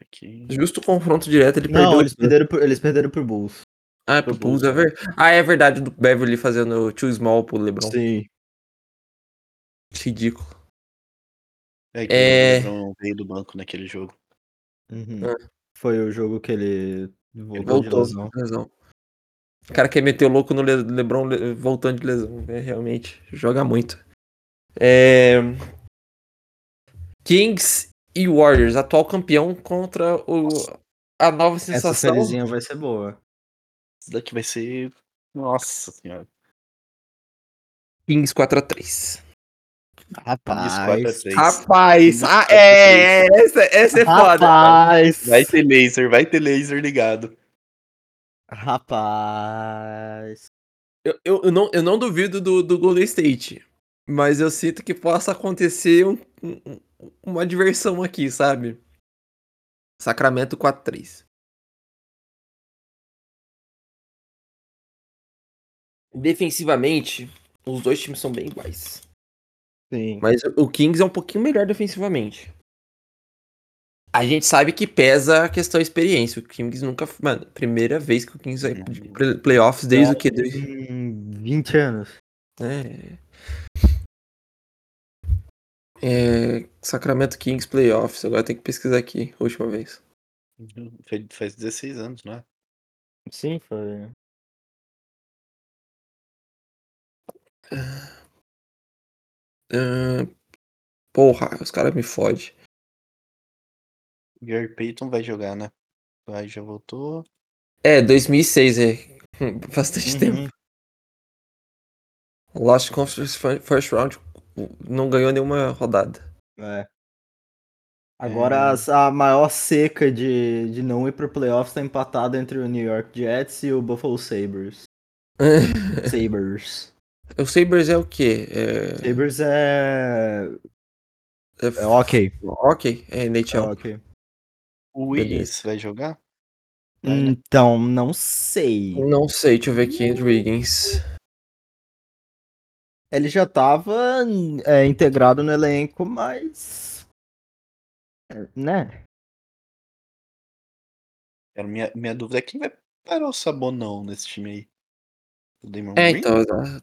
Aqui.
Justo o confronto direto, ele perdeu.
Não,
o
eles perderam, pro, eles perderam pro Bulls.
Ah, é
pro
pro Bulls,
Bulls, né?
é ver... Ah, é verdade, do Beverly fazendo too small pro
Então,
LeBron.
Sim.
Ridículo.
É que
É.
o LeBron veio do banco naquele jogo.
Uhum. Foi o jogo que ele voltou, de
Voltou.
lesão.
Lesão. O cara quer meter o louco no Le- LeBron le- voltando de lesão. É, realmente, joga muito. É... Kings e Warriors, atual campeão contra o... a nova
Essa
sensação.
sériezinha vai ser boa.
Isso daqui vai ser. Nossa senhora.
Kings 4x3.
Rapaz.
Rapaz,
Isso,
ah,
quatro a
é, é, essa, essa é foda.
Rapaz.
Vai ter laser, vai ter laser ligado.
Rapaz.
Eu, eu, eu não, eu não duvido do, do Golden State, mas eu sinto que possa acontecer um- um- um- uma diversão aqui, sabe? Sacramento 4-3. Defensivamente, os dois times são bem iguais.
Sim.
Mas o Kings é um pouquinho melhor defensivamente. A gente sabe que pesa a questão experiência. O Kings nunca. Mano, primeira vez que o Kings vai de play- playoffs desde o que? Desde-
Em 20 Hum, anos.
É. É, Sacramento Kings playoffs. Agora tem que pesquisar aqui, última vez. Uhum.
Faz- Faz 16 anos, não é?
Sim, foi.
Ah, porra, os caras me fodem.
Gary Payton vai jogar, né? Vai, já voltou.
É, 2006 é hum, bastante tempo.
Uhum.
Lost Conference fi- First Round não ganhou nenhuma rodada.
É. Agora as- a maior seca de, de não ir pro playoffs tá empatada entre o New York Jets e o Buffalo Sabres. Sabres.
o Sabres é o quê? É,
Sabres é.
é f-
ok.
ok, é
É
NHL.
ok.
Beleza. Hum.
O Williams vai jogar? né?
Então, não sei.
Não sei, deixa eu ver aqui. Andrew Wiggins.
Ele já tava é, integrado no elenco, mas. é, Né?
Cara, minha, minha dúvida é quem vai parar o Sabonão nesse time aí. O Damon
É,
Green?
então.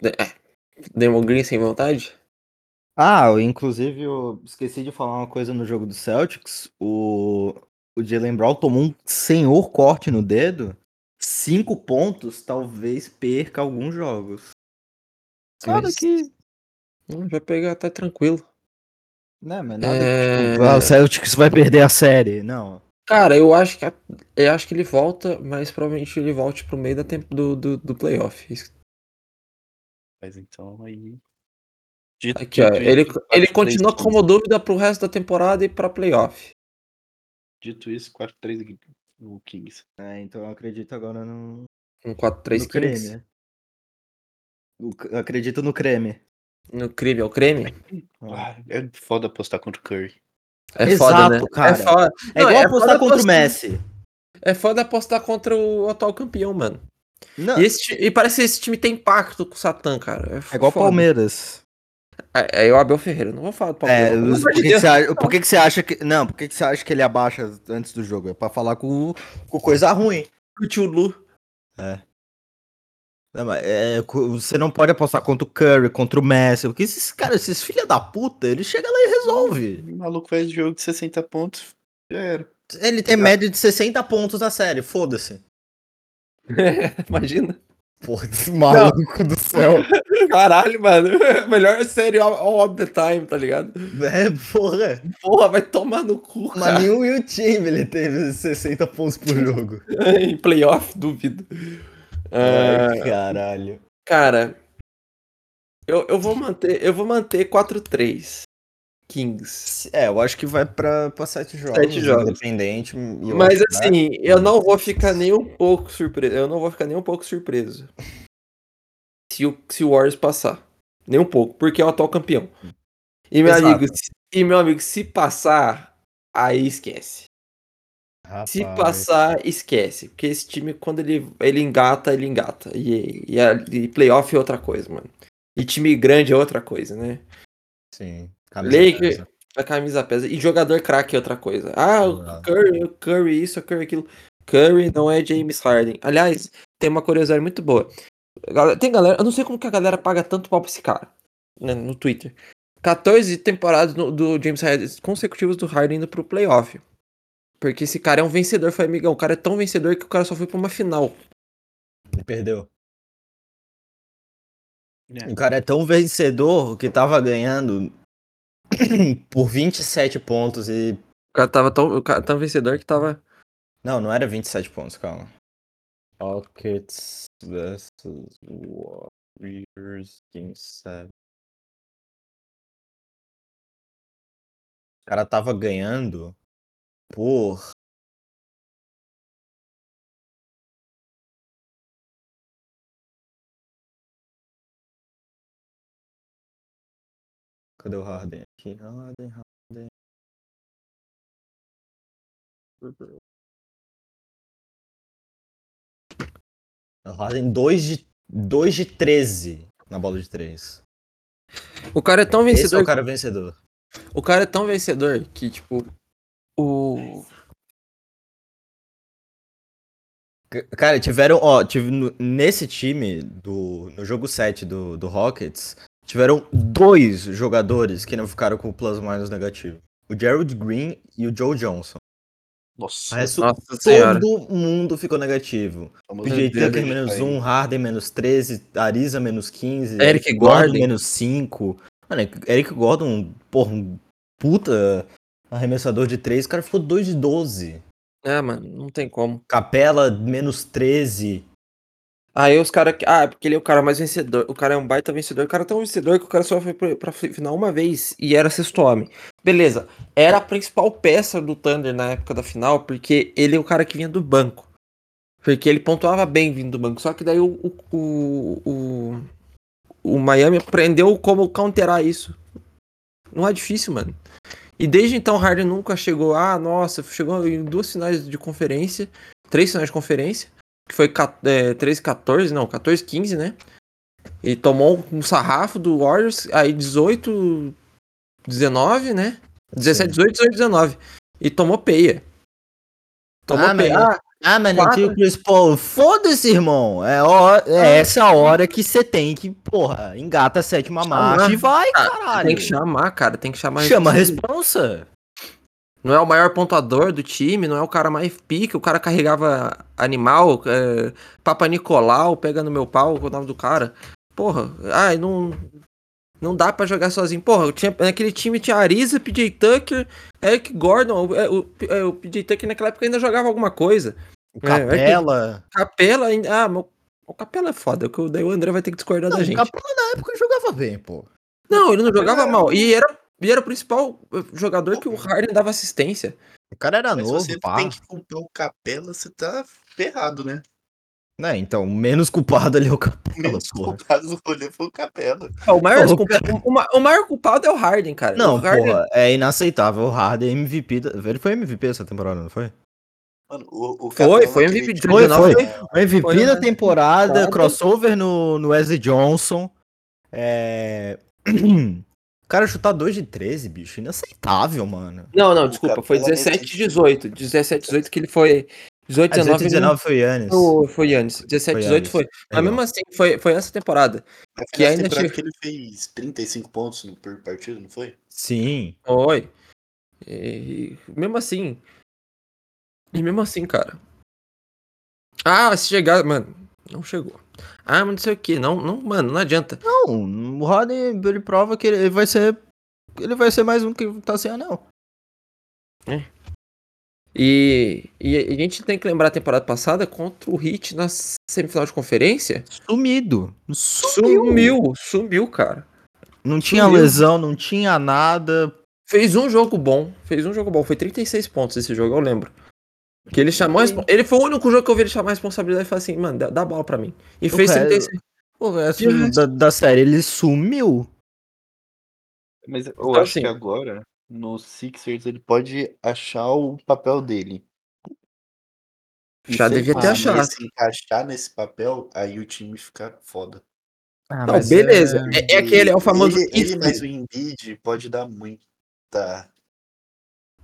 É. Damon Green sem vontade?
Ah, eu, inclusive eu esqueci de falar uma coisa no jogo do Celtics. O, o Jalen Brown tomou um senhor corte no dedo. Cinco pontos, talvez perca alguns jogos. Nada
Mas-
que.
Hum, Vai pegar, tá tranquilo.
Né, mas nada que.
É,
tipo, ah, o Celtics vai perder a série. Não.
Cara, eu acho que a- eu acho que ele volta, mas provavelmente ele volte pro meio da tempo do, do, do playoff. Isso-
Mas então aí. Dito
Aqui, ó.
dito
Ele,
isso,
ele
4-3
continua
Kings.
como dúvida pro resto da temporada e pra playoff.
Dito isso, 4-3 o Kings.
É, então eu acredito agora no,
Um 4-3
no creme.
Kings.
né? O c- Eu acredito no creme.
No crime é o creme?
Ah, é foda apostar contra o Curry.
É
Exato,
foda, né?
cara.
É foda.
É
Não,
igual
é
apostar
foda
contra o
apostar-
Messi.
É foda apostar contra o atual campeão, mano.
Não,
E, esse ti- e parece que esse time tem pacto com o Satã, cara.
é igual o
foda.
Palmeiras.
É, é o Abel Ferreira. Não vou falar do
É,
Palmeiras. Pelo
os-
amor
por,
de
que que
Deus.
você acha, por que que você acha que. Não, por que que você acha que ele abaixa antes do jogo? É pra falar com, o- com coisa ruim. É.
O tio Lu.
Não, mas é, co- você não pode apostar contra o Curry, contra o Messi, porque esses caras, esses filha da puta, ele chega lá e resolve.
O maluco faz jogo de 60 pontos. Já era.
Ele tem média de 60 pontos na série, foda-se.
Imagina.
Porra, que maluco do céu.
Caralho, mano. Melhor série all, all of the time, tá ligado?
É, porra.
Porra, vai tomar no cu,
Mas
cara.
nenhum Will Time ele teve 60 pontos por jogo.
em playoff, duvido. Ah,
Ai, caralho.
cara, eu, eu vou manter, eu vou manter 4-3. Kings.
É, eu acho que vai pra, pra sete jogos.
jogos.
Independente. e né? eu
Mas
acho que vai.
assim, eu não vou ficar nem um pouco surpreso. Eu não vou ficar nem um pouco surpreso. Se o, se o Warriors passar. Nem um pouco, porque é o atual campeão. E meu,
Exato.
amigo, se- e meu amigo, se passar, aí esquece. assim, Se
Rapaz.
passar, esquece. Porque esse time, quando ele, ele engata, ele engata. E, e, a- e playoff é outra coisa, mano. E time grande é outra coisa, né?
Sim.
Lake- A camisa pesa. E jogador craque é outra coisa. Ah, o
Exato.
Curry, o Curry isso, o Curry aquilo. Curry não é James Harden. Aliás, tem uma curiosidade muito boa. Gal- Tem galera, eu não sei como que a galera paga tanto pau pra esse cara, né, no Twitter. 14 temporadas no- do James Harden consecutivas do Harden indo pro playoff. Porque esse cara é um vencedor, foi amigão. O cara é tão vencedor que o cara só foi pra uma final.
Ele perdeu.
É.
O cara é tão vencedor que tava ganhando por 27 pontos e.
O cara tava tão, o cara tão vencedor que tava.
Não, não era 27 pontos, calma. Rockets versus Warriors Game 7. O cara tava ganhando por. Cadê o Harden? Aqui, Harden, Harden. O Harden 2 de, 2 de 13 na bola de 3.
O cara é tão
Esse é
vencedor
o cara vencedor.
O cara é tão vencedor que, tipo, O.
C- Cara, tiveram, ó, tive no- nesse time do no jogo 7 do, do Rockets, tiveram dois jogadores que não ficaram com o plus minus negativo. O Gerald Green e o Joe Johnson. O
Nossa, tá
resto,
Nossa Senhora.
todo mundo ficou negativo.
famoso
PJ
Deus,
Tucker menos 1, Harden menos 13, Ariza menos 15,
Eric Gordon.
menos 5. Mano, Eric Gordon, porra, um puta arremessador de 3, o cara ficou 2 de 12.
É, mano, não tem como.
Capela menos 13.
Aí os caras. Ah, porque ele é o cara mais vencedor. O cara é um baita vencedor. O cara é tão vencedor que o cara só foi pra, pra fi- final uma vez e era sexto homem. Beleza. Era a principal peça do Thunder na época da final, porque ele é o cara que vinha do banco. Porque ele pontuava bem vindo do banco. Só que daí o. O, o, o, o Miami aprendeu como counterar isso. Não é difícil, mano. E desde então o Harden nunca chegou. Ah, nossa, chegou em duas finais de conferência. Três finais de conferência que foi ca- é, 13, 14, não, 14, 15, né? E tomou um sarrafo do Warriors, aí 18, 19, né? 17, 18, 18, 19. E tomou peia. Tomou
Ah,
peia.
mas- Ah, mas não
Quatro.
tinha o Chris Paul. Foda-se, irmão. É, ó, é essa hora que você tem que, porra, engata a sétima marcha e vai,
Ah,
caralho.
Tem que chamar, cara, tem que chamar.
Chama a responsa.
Não é o maior pontuador do time, não é o cara mais pique, o cara carregava animal, é, Papa Nicolau, pega no meu pau, é o nome do cara. Porra, ai, não. Não dá pra jogar sozinho. Porra, eu tinha, naquele time tinha Ariza, PJ Tucker, Eric Gordon. O, é, o, é, o PJ Tucker naquela época ainda jogava alguma coisa. É, é que-
Capela.
Capela ainda. Ah, meu, o Capela é foda, que o- daí o André vai ter que discordar da gente.
Capela na época jogava bem, pô.
Não, ele não jogava mal. E era, e era o principal eh, jogador que o Harden dava assistência.
O cara era
Mas se
tá novo,
você
pá.
tem que comprar o Capela, você tá ferrado, né?
Né, então, o menos culpado ali é o Capela,
Menos
porra.
culpado do rolê foi o Capela.
Ah, O maior,
Porra,
culpa- o ma- o maior culpado é o Harden, cara.
Não,
o Harden,
porra, é inaceitável. O Harden é MVP. da- Ele foi MVP essa temporada, não foi?
Mano, o, o
Foi,
Capela
foi
naquele
MVP de
time-
Foi,
19.
foi. O MVP
Foi
da
uma
temporada,
temporada.
crossover no, no Wesley Johnson. É... o cara chutar 2 de 13, bicho, inaceitável, mano.
Não, não, desculpa. Foi
Capela
17 e 18. 17 18 que ele foi. 18
Ah, 18
19
e 19 foi Yannis.
Foi, foi antes. 17
Foi
18 foi. Mas
Legal.
mesmo assim, foi, foi essa temporada.
Mas
que
nessa
ainda
temporada
chegou-
que ele fez 35 pontos no- por partido, não foi?
Sim.
Oi. E, mesmo assim. E mesmo assim, cara. Ah, se chegar. Mano, não chegou. Ah, mas não sei o que. Não, não, mano, não adianta.
Não, o Harden, ele prova que ele vai ser... Ele vai ser mais um que tá sem anel.
E, e a gente tem que lembrar a temporada passada contra o Hit na semifinal de conferência.
Sumido.
Sumiu. sumiu, cara.
Não tinha
Sumiu.
lesão, não tinha nada.
Fez um jogo bom, fez um jogo bom, foi 36 pontos esse jogo, eu lembro. Que ele chamou, a respo- ele foi o único jogo que eu vi ele chamar a responsabilidade e falar assim, mano, dá, dá bola pra mim. E fez
resto-
36.
O resto
E o resto?
da, da série, ele sumiu.
Mas eu
Então,
acho
assim-
que agora, no Sixers, ele pode achar o papel dele. E
Já
se ele
devia ter
conseguir
achado.
Se encaixar nesse papel, aí o time fica foda.
Ah,
Não, beleza. É, é que ele é o famoso
Ele, ele
isso.
mais o Embiid pode dar muita.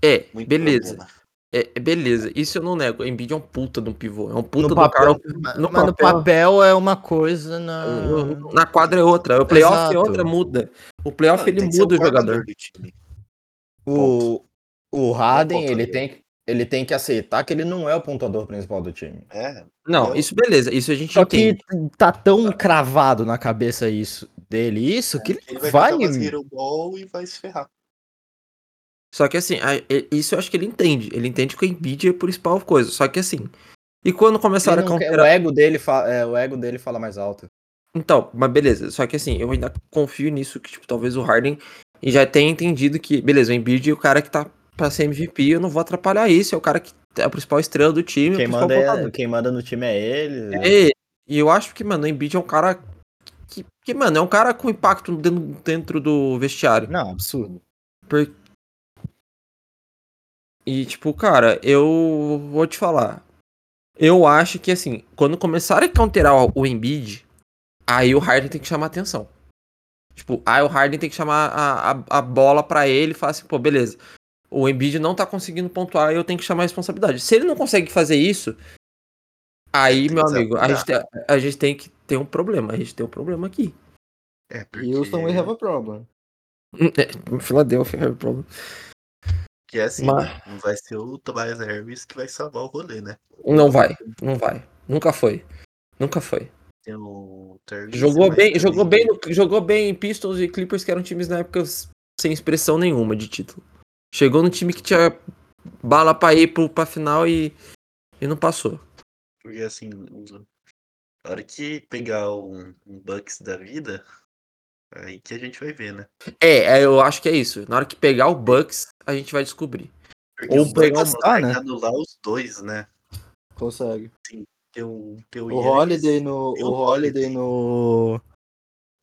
É,
muito
beleza.
problema.
É, é beleza. Isso eu não nego. O Embiid é um puta de um pivô. É um puta
No
do
papel,
cara.
ma-
no
mas no
papel-
papel é uma coisa, na...
No- Na quadra é outra. O playoff é outra,
Exato.
muda. O playoff
Não,
ele
tem que ser um
muda o jogador.
coordenador do time.
o, o
Não
Harden,
pontuaria.
ele tem, que- ele tem que aceitar que ele não é o pontuador principal do time.
É,
Não,
Eu-
isso beleza. Isso a gente
Só
entende.
que tá tão cravado na cabeça isso dele, isso, que
É, ele
ele
vai,
vai...
tentar fazer hero ball e vai se ferrar.
Só que assim, a- e- isso eu acho que ele entende. Ele entende que o Embiid é a principal coisa. Só que assim. E quando começaram
ele
a
não quer-
counterar.
o, ego dele fa- é, o ego dele fala mais alto.
é
Então, mas beleza. Só que assim, eu ainda confio nisso que, tipo, talvez o Harden já tenha entendido que, beleza, o Embiid é o cara que tá pra ser MVP, eu não vou atrapalhar isso. É o cara que é a principal estrela do time, é
Quem
o principal
manda, é,
pontuador.
quem manda no time é ele.
É, E eu acho que, mano, o Embiid é um cara. Que, que, mano, é um cara com impacto dentro, dentro do vestiário.
Não, absurdo.
E, tipo, cara, eu vou te falar. Eu acho que, assim, quando começarem a counterar o- o Embiid, aí o Harden tem que chamar atenção. Tipo, aí o Harden tem que chamar a, a, a bola pra ele e falar assim, pô, beleza. O Embiid não tá conseguindo pontuar e eu tenho que chamar a responsabilidade. Se ele não consegue fazer isso, aí,
que
meu amigo, a
desafiar.
gente, tem- a gente tem que ter um problema. A gente tem um problema aqui.
É, porque...
Houston, we have a problem.
Philadelphia, é o problema.
Que é assim,
Mas-
né? Não vai ser o Tobias Harris que vai salvar o rolê, né?
Não vai, não vai. Nunca foi. Nunca foi.
Tem o Terry
Jogou
mas é
bem,
também-
jogou bem, no- jogou bem em Pistons e Clippers, que eram times na época s- sem expressão nenhuma de título. Chegou no time que tinha bala pra ir pro, pra final e, e não passou.
Porque assim, o- a hora que pegar um, um Bucks da vida, aí que a gente vai ver, né?
É, é, eu acho que é isso. Na hora que pegar o Bucks, a gente vai descobrir.
Porque
Ou
o Bucks
pegar um ah, o
Star,
consegue
né?
anular os dois, né?
Consegue.
Tem o, tem o, um
O
Giannis,
Holiday no.
e
O
o
Holiday no.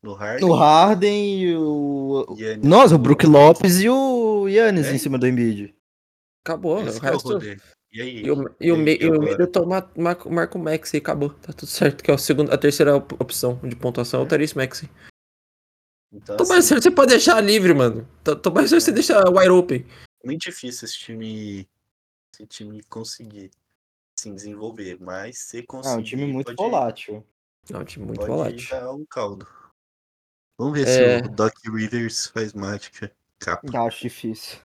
no Harden,
No Harden e o.
Giannis
Nossa, o
no-
Brook Lopes e o Yannis
É.
em cima do Embiid.
Acabou. né?
Esse
o
que é o
resto.
rolê. é E aí?
E o, e o,
E
me- e o
agora?
meio tomar Marco, Marco Maxi e acabou. Tá tudo certo. Que é o segundo, a terceira op- opção de pontuação é o Therese Maxi.
Então,
Tomás
assim,
Sérgio, você pode deixar livre, mano. To- Tomás Sérgio, você deixa wide open.
é muito difícil esse time, esse time conseguir se desenvolver, mas se
Ah,
conseguir...
é um time muito
pode-
volátil.
É um time muito
pode
volátil.
dar um caldo. Vamos ver
É.
se o Doc Rivers faz mágica. Capa,
Acho difícil. Hum.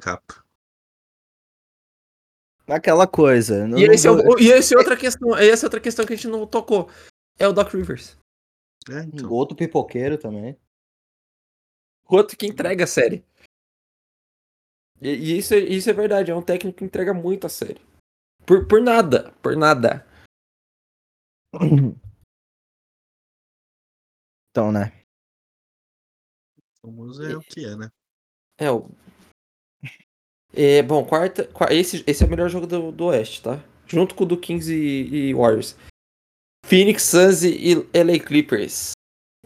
capa.
Aquela coisa. não-
E esse, é
não-
o- e esse é outra questão, é essa outra questão que a gente não tocou. É o Doc Rivers.
É,
Hum.
então.
Outro pipoqueiro também.
O outro que entrega a série. E, e isso, é- isso é verdade, é um técnico que entrega muito a série. Por, por nada, por nada.
Então, né?
Vamos ver o que é, né?
É o. É, bom, quarta. qua- Esse, esse é o melhor jogo do, do Oeste, tá? Junto com o do Kings e, e Warriors. Phoenix Suns e LA Clippers.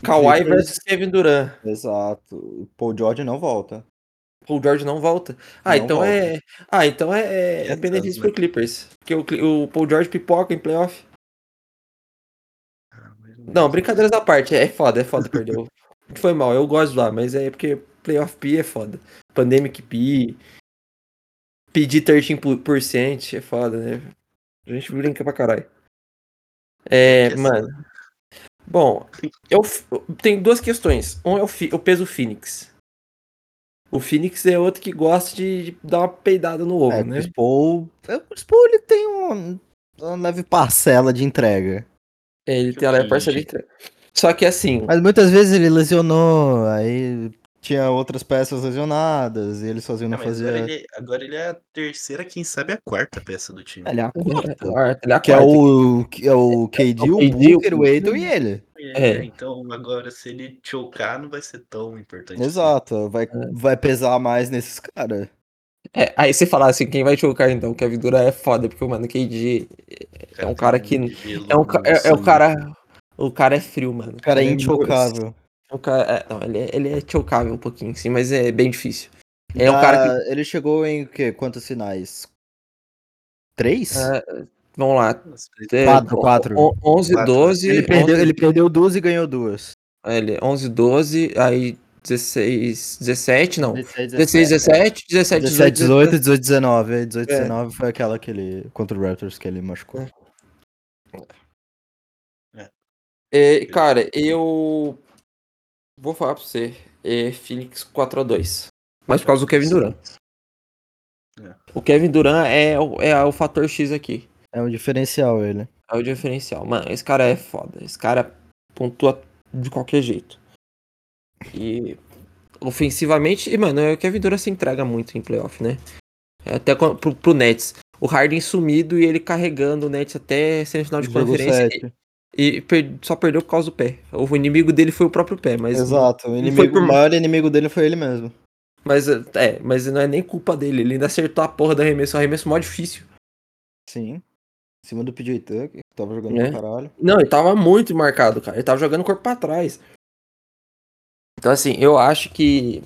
Kawhi
Clippers.
versus Kevin Durant.
Exato. O Paul George não volta.
Paul George não volta. Ah,
Não
então
volta.
é. Ah, então é, é, é
Suns,
benefício
né?
pro Clippers. Porque o, Cli- o Paul George pipoca em playoff.
Ah, mas-
Não, brincadeiras à parte. É foda, é foda perder. o- Foi mal, eu gosto lá, mas é porque playoff P é foda. Pandemic P. Pedir 13% é foda, né? A gente brinca pra caralho. É,
Esquece.
mano. Bom, eu f- tem duas questões. Um é o, fi- o peso Phoenix. O Phoenix é outro que gosta de, de dar uma peidada no ovo,
é, o
né?
Chris Paul. é, O Chris Paul ele tem uma, uma leve parcela de entrega.
É, ele
Que
tem a leve
horrível,
parceria de tre- Só que assim,
Mas muitas vezes ele lesionou, aí tinha outras peças lesionadas, e ele sozinho
Ah,
não
mas agora,
fazia.
ele, agora ele é a terceira, quem sabe a quarta peça do time.
Ele é a quarta.
a- ele a
Que é
quarta.
o, que é o KD, o
KD, o
Booker, o Aiton e ele.
É,
É.
Então agora, se ele chocar, não vai ser tão importante. assim.
Exato, vai, vai pesar mais nesses caras.
É, aí você falar assim, quem vai chocar então? Que a Vidura é foda, porque, mano, o KD é um cara
tem
que-
gelo
é um
no
ca- é, é o
sangue.
cara. O cara é frio, mano. O
Cara, é
é
intocável.
O cara, é, não, ele é, ele é chocável um pouquinho, sim, mas é bem difícil. É um
Dá-
cara que.
Ah, Ele chegou em o quê? Quantos sinais? Três?
ah, vamos lá.
Nossa, mas
é,
Quatro,
on-
quatro.
on- 11,
Quatro.
12.
ele, perdeu,
11,
ele perdeu duas e ganhou duas.
é, ele- 11, 12, aí 16, 17, não.
16,
16, 17,
17,
17, 18.
18, 18, 19. Aí 18,
É.
19 foi aquela que ele. Contra o Raptors que ele machucou.
É, cara, eu. Vou falar pra você. É Phoenix 4x2. Mas por causa do Kevin Durant. O Kevin Durant é, o- é o fator X aqui.
É um diferencial ele.
É o diferencial. Mano, esse cara é foda. Esse cara pontua de qualquer jeito. E ofensivamente, e, mano, o Kevin Durant se entrega muito em playoff, né? Até co- pro, pro Nets. O Harden sumido e ele carregando o Nets até semifinal de
Jogo
conferência.
sete.
E, e per- só perdeu por causa do pé. O inimigo dele foi o próprio pé, mas.
Exato. O,
foi
inimigo,
por
o
mal.
maior inimigo dele foi ele mesmo.
Mas é, mas não é nem culpa dele. Ele ainda acertou a porra do arremesso. O arremesso mó difícil.
Sim. Em cima do PJ Tucker, que tava jogando
Né?
pra caralho.
Não, ele tava muito marcado, cara. Ele tava jogando o corpo pra trás. Então, assim, eu acho que.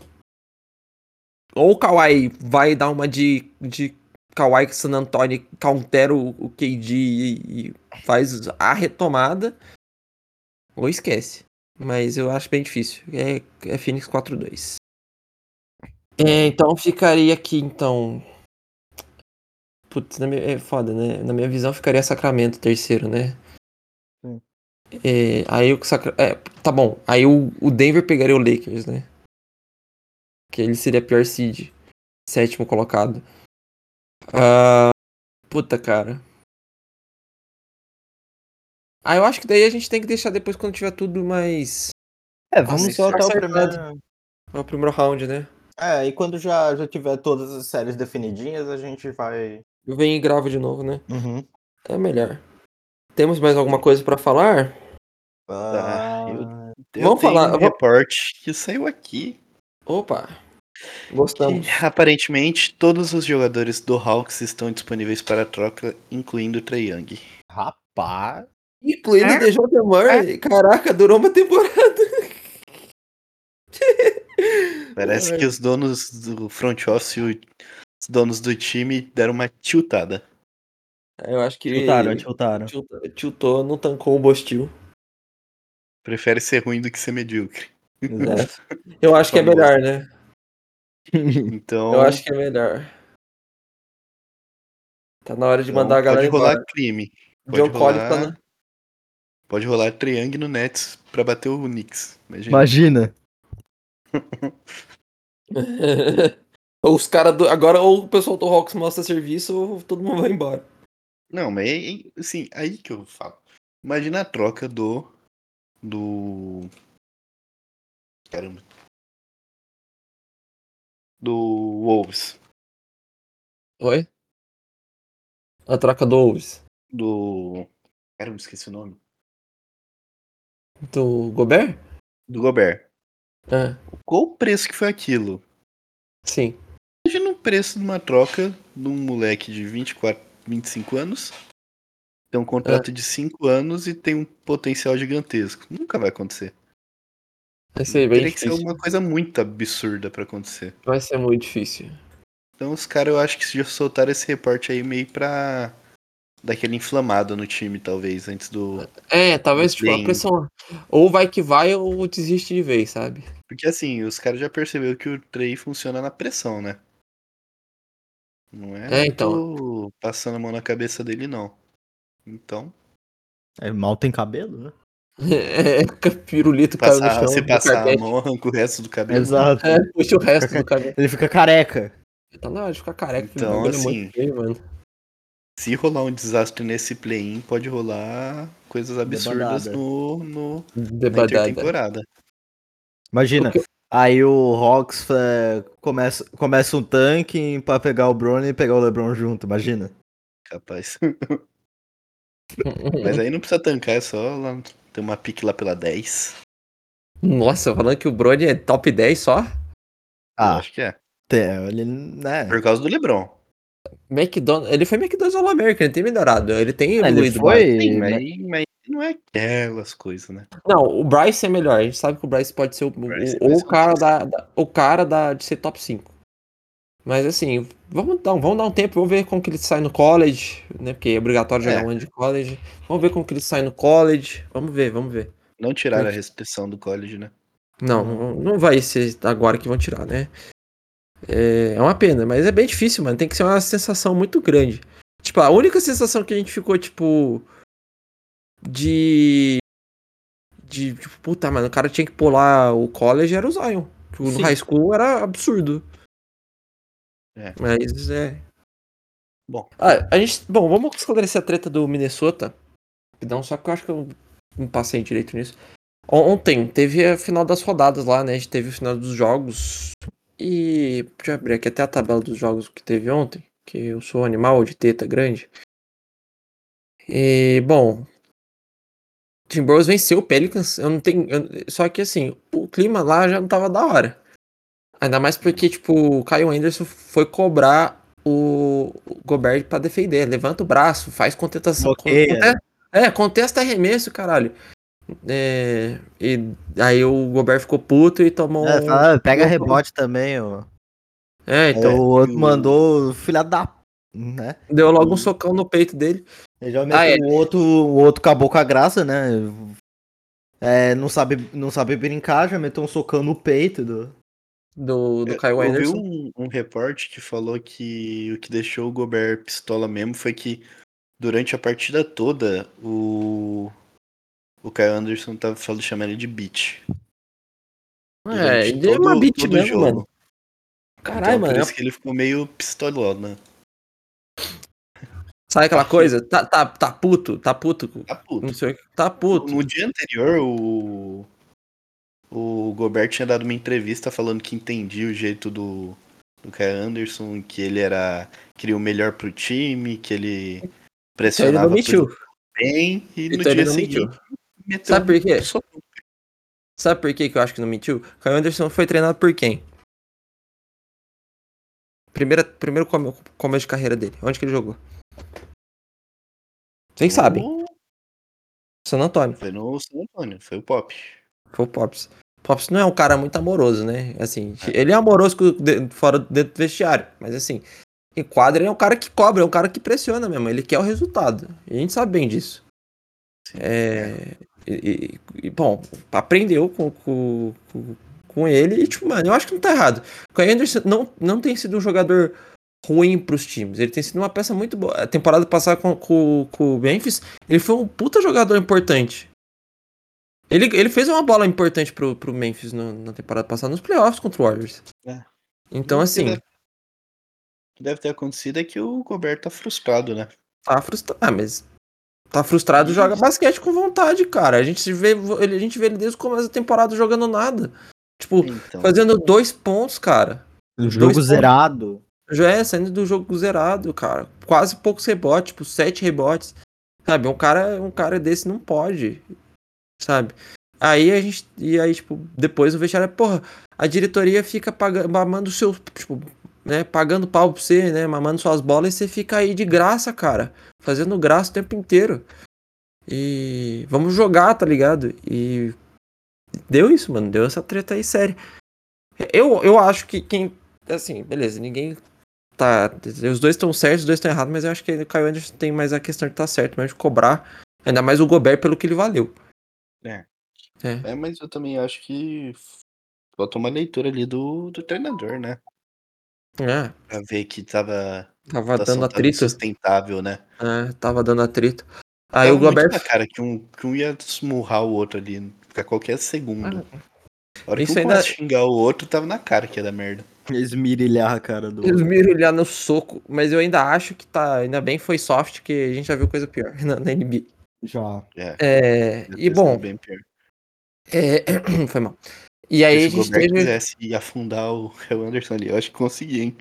Ou o Kawhi vai dar uma de, de Kawhi que San Antonio countera o, o KD e, e faz a retomada. Ou esquece. Mas eu acho bem difícil. É, é Phoenix 4-2. É, então ficaria aqui, então. Putz, na minha, é foda, né? Na minha visão ficaria Sacramento terceiro, né?
Sim.
É, aí o Sacra... é, tá bom. Aí o, o Denver pegaria o Lakers, né? Que ele seria a pior seed, sétimo colocado. Ah, puta, cara. Ah, eu acho que daí a gente tem que deixar depois quando tiver tudo mais.
É, vamos
Nossa,
só até o
parcelado.
primeiro.
O primeiro round, né?
É, e quando já, já tiver todas as séries definidinhas, a gente vai.
Eu venho e gravo de novo, né?
Uhum.
É melhor. Temos mais alguma coisa pra falar?
Ah,
Tá, eu- Eu
Vamos
tenho
falar-
um reporte que saiu aqui.
Opa!
Que,
Gostamos.
aparentemente, todos os jogadores do Hawks estão disponíveis para troca, incluindo o Trae Young.
Rapaz.
Incluindo o DeJounte Murray. Caraca, durou uma temporada.
Parece
Ai.
que os donos do front office e o- os donos do time deram uma tiltada.
Eu acho que
Tiltaram, tiltaram.
Tilta- tiltou, não tancou o Bostil.
Prefere ser ruim do que ser medíocre.
Exato.
né? Eu acho que é
Famoso.
melhor, né?
Então,
Eu acho que é melhor. Tá na hora de
então
mandar a galera
pode rolar
embora.
crime. Pode
John Collins tá
rolar-
na...
Pode rolar Trae Young no Nets pra bater o Knicks. Imagina.
Imagina.
Os caras do... Agora ou o pessoal do Hawks mostra serviço ou todo mundo vai embora.
Não, mas é- é- assim, aí que eu falo. Imagina a troca do. Do. Caramba. Do Wolves.
Oi? A troca do Wolves.
Do. Caramba, esqueci o nome.
Do Gobert?
Do Gobert.
Ah,
Qual o preço que foi aquilo?
sim.
Imagina o preço de uma troca de um moleque de 24, 25 anos. Tem um
É.
contrato de 5 anos e tem um potencial gigantesco. Nunca vai acontecer.
Vai ser bem
Teria que ser
difícil.
uma coisa muito absurda pra acontecer.
Vai ser muito difícil.
Então os caras, eu acho que já soltaram esse reporte aí meio pra dar aquele inflamado no time, talvez, antes do.
É, talvez tipo, a
Bem.
pressão. Ou vai que vai ou desiste de vez, sabe?
Porque assim, os caras já perceberam que o Trey funciona na pressão, né? Não é,
É, então.
muito passando a mão na cabeça dele, não. Então,
É, mal tem cabelo, né?
É, pirulito caiu no
passar,
chão.
se
do
passar né? a
carpete.
mão, arranca o resto do cabelo.
Exato.
É, puxa o resto do cabelo.
Ele fica careca.
Tá na hora de ficar careca. aquele
Então,
bagulho é
assim,
muito feio, mano.
Se rolar um desastre nesse play-in, pode rolar coisas absurdas
Debandada.
no, no, na
Debadada.
intertemporada.
Imagina.
O que-
Aí o Hawks é, começa, começa um tanque pra pegar o Bron e pegar o LeBron junto, imagina.
Capaz. Mas aí não precisa tancar, é só lá ter uma pique lá pela 10.
Nossa, falando que o Brody é top 10 só?
Eu
Ah,
acho que é.
tem, ele, né?
Por causa do Lebron.
McDonald's. Ele foi McDonald's All American, ele tem melhorado. Ele tem
Ah, Ele
evoluído mais.
foi, né?
Sim, mas,
mas
mas não é aquelas coisas, né?
Não, o Bryce é melhor. A gente sabe que o Bryce pode ser o, o-
Bryce
ou
vai
o
ser
cara,
um
da, da- o cara da, de ser top 5. Mas assim, vamos dar, um- vamos dar um tempo, vamos ver como que ele sai no college, né? Porque é obrigatório jogar
É.
um ano de college. Vamos ver como que ele sai no college. Vamos ver, vamos ver.
Não tiraram a restrição do college, né?
Não, não- não vai ser agora que vão tirar, né? É, é uma pena, mas é bem difícil, mano. Tem que ser uma sensação muito grande. Tipo, a única sensação que a gente ficou, tipo. De. De. Tipo, puta, mano, o cara tinha que pular o college era o Zion. Tipo, no
Sim.
high school era absurdo.
É.
Mas é.
Bom.
Ah, a gente. Bom, vamos esclarecer a treta do Minnesota. Não, só que eu acho que eu não passei direito nisso. On- Ontem teve a final das rodadas lá, né? A gente teve o final dos jogos. E deixa eu abrir aqui até a tabela dos jogos que teve ontem, que eu sou animal de teta grande. E, bom, Timberwolves venceu o Pelicans. Eu não tenho, eu- só que assim, o clima lá já não tava da hora. Ainda mais porque tipo, o Caio Anderson foi cobrar o o Gobert pra defender, levanta o braço, faz contestação,
Bloqueia.
conte- é, contesta arremesso, caralho. É, e aí o Gobert ficou puto e tomou.
É,
um-
tá.
fala, pega
um-
rebote também, ó.
É, então.
Aí o outro
o-
mandou o filho da. p- Né?
É.
Deu logo um socão no peito dele.
Ele já meteu
é.
o outro, o outro acabou com a graça, né? É, não sabe, não sabe brincar, já meteu um socão no peito do.
do, do Kyle
Eu vi
Anderson.
um, um reporte que falou que o que deixou o Gobert pistola mesmo foi que durante a partida toda o. O Kyle Anderson tava falando, chamando ele de bitch.
É,
um Durante
ele é
todo-
uma beat
todo
mesmo,
jogo.
mano. Caralho,
então,
mano.
Por
é-
isso que ele ficou meio pistolão, né?
Sabe aquela coisa? Tá, tá, tá puto, tá puto.
Tá puto.
Não sei o que. Tá puto.
No dia anterior, o. O Gobert tinha dado uma entrevista falando que entendia o jeito do, do Kyle Anderson, que ele era. queria o melhor pro time, que ele
Então ele
pressionava
não
tudo
mentiu.
bem, e no
Então ele
dia
não
seguinte
mentiu.
meteu
Sabe por quê?
um socão.
Sabe por quê que eu acho que não mentiu? Kyle Anderson foi treinado por quem? Primeira, primeiro come- começo de carreira dele. Onde que ele jogou? Vocês
Uhum.
sabem. San Antônio.
Foi no San Antônio, foi o Pop.
Foi o Pops. Pops não é um cara muito amoroso, né? Assim, ele é amoroso com- de- fora dentro do vestiário, mas assim, em quadra ele é um cara que cobra, é um cara que pressiona mesmo, ele quer o resultado. E a gente sabe bem disso. É, e, e- e, bom, aprendeu com, com, com- com ele e, tipo, mano, eu acho que não tá errado. O Kai Anderson não, não tem sido um jogador ruim pros times, ele tem sido uma peça muito boa. A temporada passada com, com, com o Memphis, ele foi um puta jogador importante. Ele, ele fez uma bola importante pro, pro Memphis no- na temporada passada, nos playoffs contra o Warriors.
É.
Então, assim,
Deve- O que deve ter acontecido é que o Gobert tá frustrado, né?
tá frustrado. Ah, mas tá frustrado, joga basquete com vontade, cara. A gente vê ele, a gente vê ele desde o começo da temporada jogando nada. Tipo,
Então,
fazendo dois pontos, cara.
O jogo
pontos.
zerado.
Já é saindo do jogo zerado, cara. Quase poucos rebotes, tipo, sete rebotes. Sabe, um cara, um cara desse não pode. Sabe? Aí a gente. E aí, tipo, depois o vestiário, porra, a diretoria fica pagando, mamando seu. Tipo, né, pagando pau pra você, né? Mamando suas bolas e você fica aí de graça, cara. Fazendo graça o tempo inteiro. E vamos jogar, tá ligado? E deu isso, mano. Deu essa treta aí séria. Eu, eu acho que quem. Assim, beleza, ninguém tá. Os dois estão certos, os dois estão errados, mas eu acho que o Kyle Anderson tem mais a questão de estar tá certo, mas de cobrar. Ainda mais o Gobert pelo que ele valeu.
é, mas eu também acho que falta uma leitura ali do, do treinador, né?
É,
Pra ver que tava.
tava
situação
dando
tava
atrito.
Sustentável, né?
É, tava dando atrito. Aí
Tava
o Gobert.
Tá muito na cara que um, que um ia esmurrar o outro ali a qualquer segundo. a hora
isso
que um
ainda-
ainda... xingar o outro, tava na cara que ia dar merda.
Esmirilhar a cara do.
Esmirilhar no soco, mas eu ainda acho que tá. Ainda bem foi soft, que a gente já viu coisa pior na, na NBA.
Já.
É.
É,
ia
e
ter sido
bom,
bem pior.
é, foi mal. E aí
Se
a
o
gente
Gobert é
teve.
quisesse ir afundar o o Anderson ali, eu acho que consegui, hein?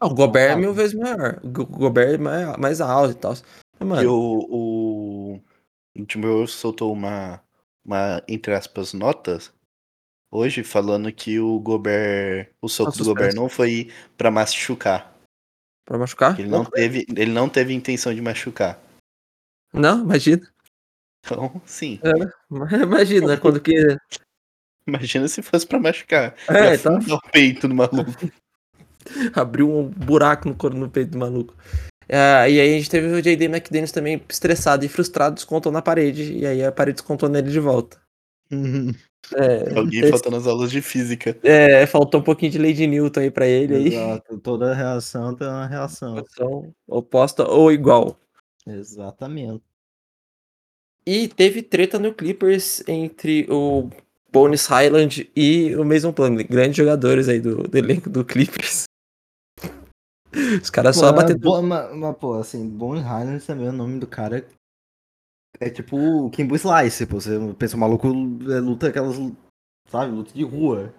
Ah, o Gobert é mil vezes maior. O Go- Gobert é mais, mais alto e tal. Mas,
Porque
Mano,
o, o, o Timberwolves soltou uma, uma, entre aspas, notas hoje falando que o Gobert, o soco
Tá
do Gobert
suspenso.
não foi pra machucar.
pra machucar?
que Ele não, teve, ele não teve intenção de machucar.
Não, imagina.
Então, sim,
Imagina, quando que.
imagina se fosse pra machucar.
É,
Ia
então.
afundar o peito do maluco.
Abriu um buraco no, cor- no peito do maluco. Ah, e aí a gente teve o JD McDaniels também estressado e frustrado, descontou na parede. E aí a parede descontou nele de volta. É,
Alguém
esse-
faltando as aulas de física.
é, faltou um pouquinho de Lady Newton aí pra ele aí.
Exato. Toda reação tem uma reação.
Opção Oposta ou igual.
Exatamente.
E teve treta no Clippers entre o Bones Highland e o Mason Plumlee. Grandes jogadores aí do, do elenco do Clippers. Os caras É só
Pô,
batendo.
bo- ma- Mas, pô, assim, Bones Highland também, o nome do cara é tipo o Kimbo Slice, pô. Você pensa, o maluco é, luta aquelas, sabe, luta de rua.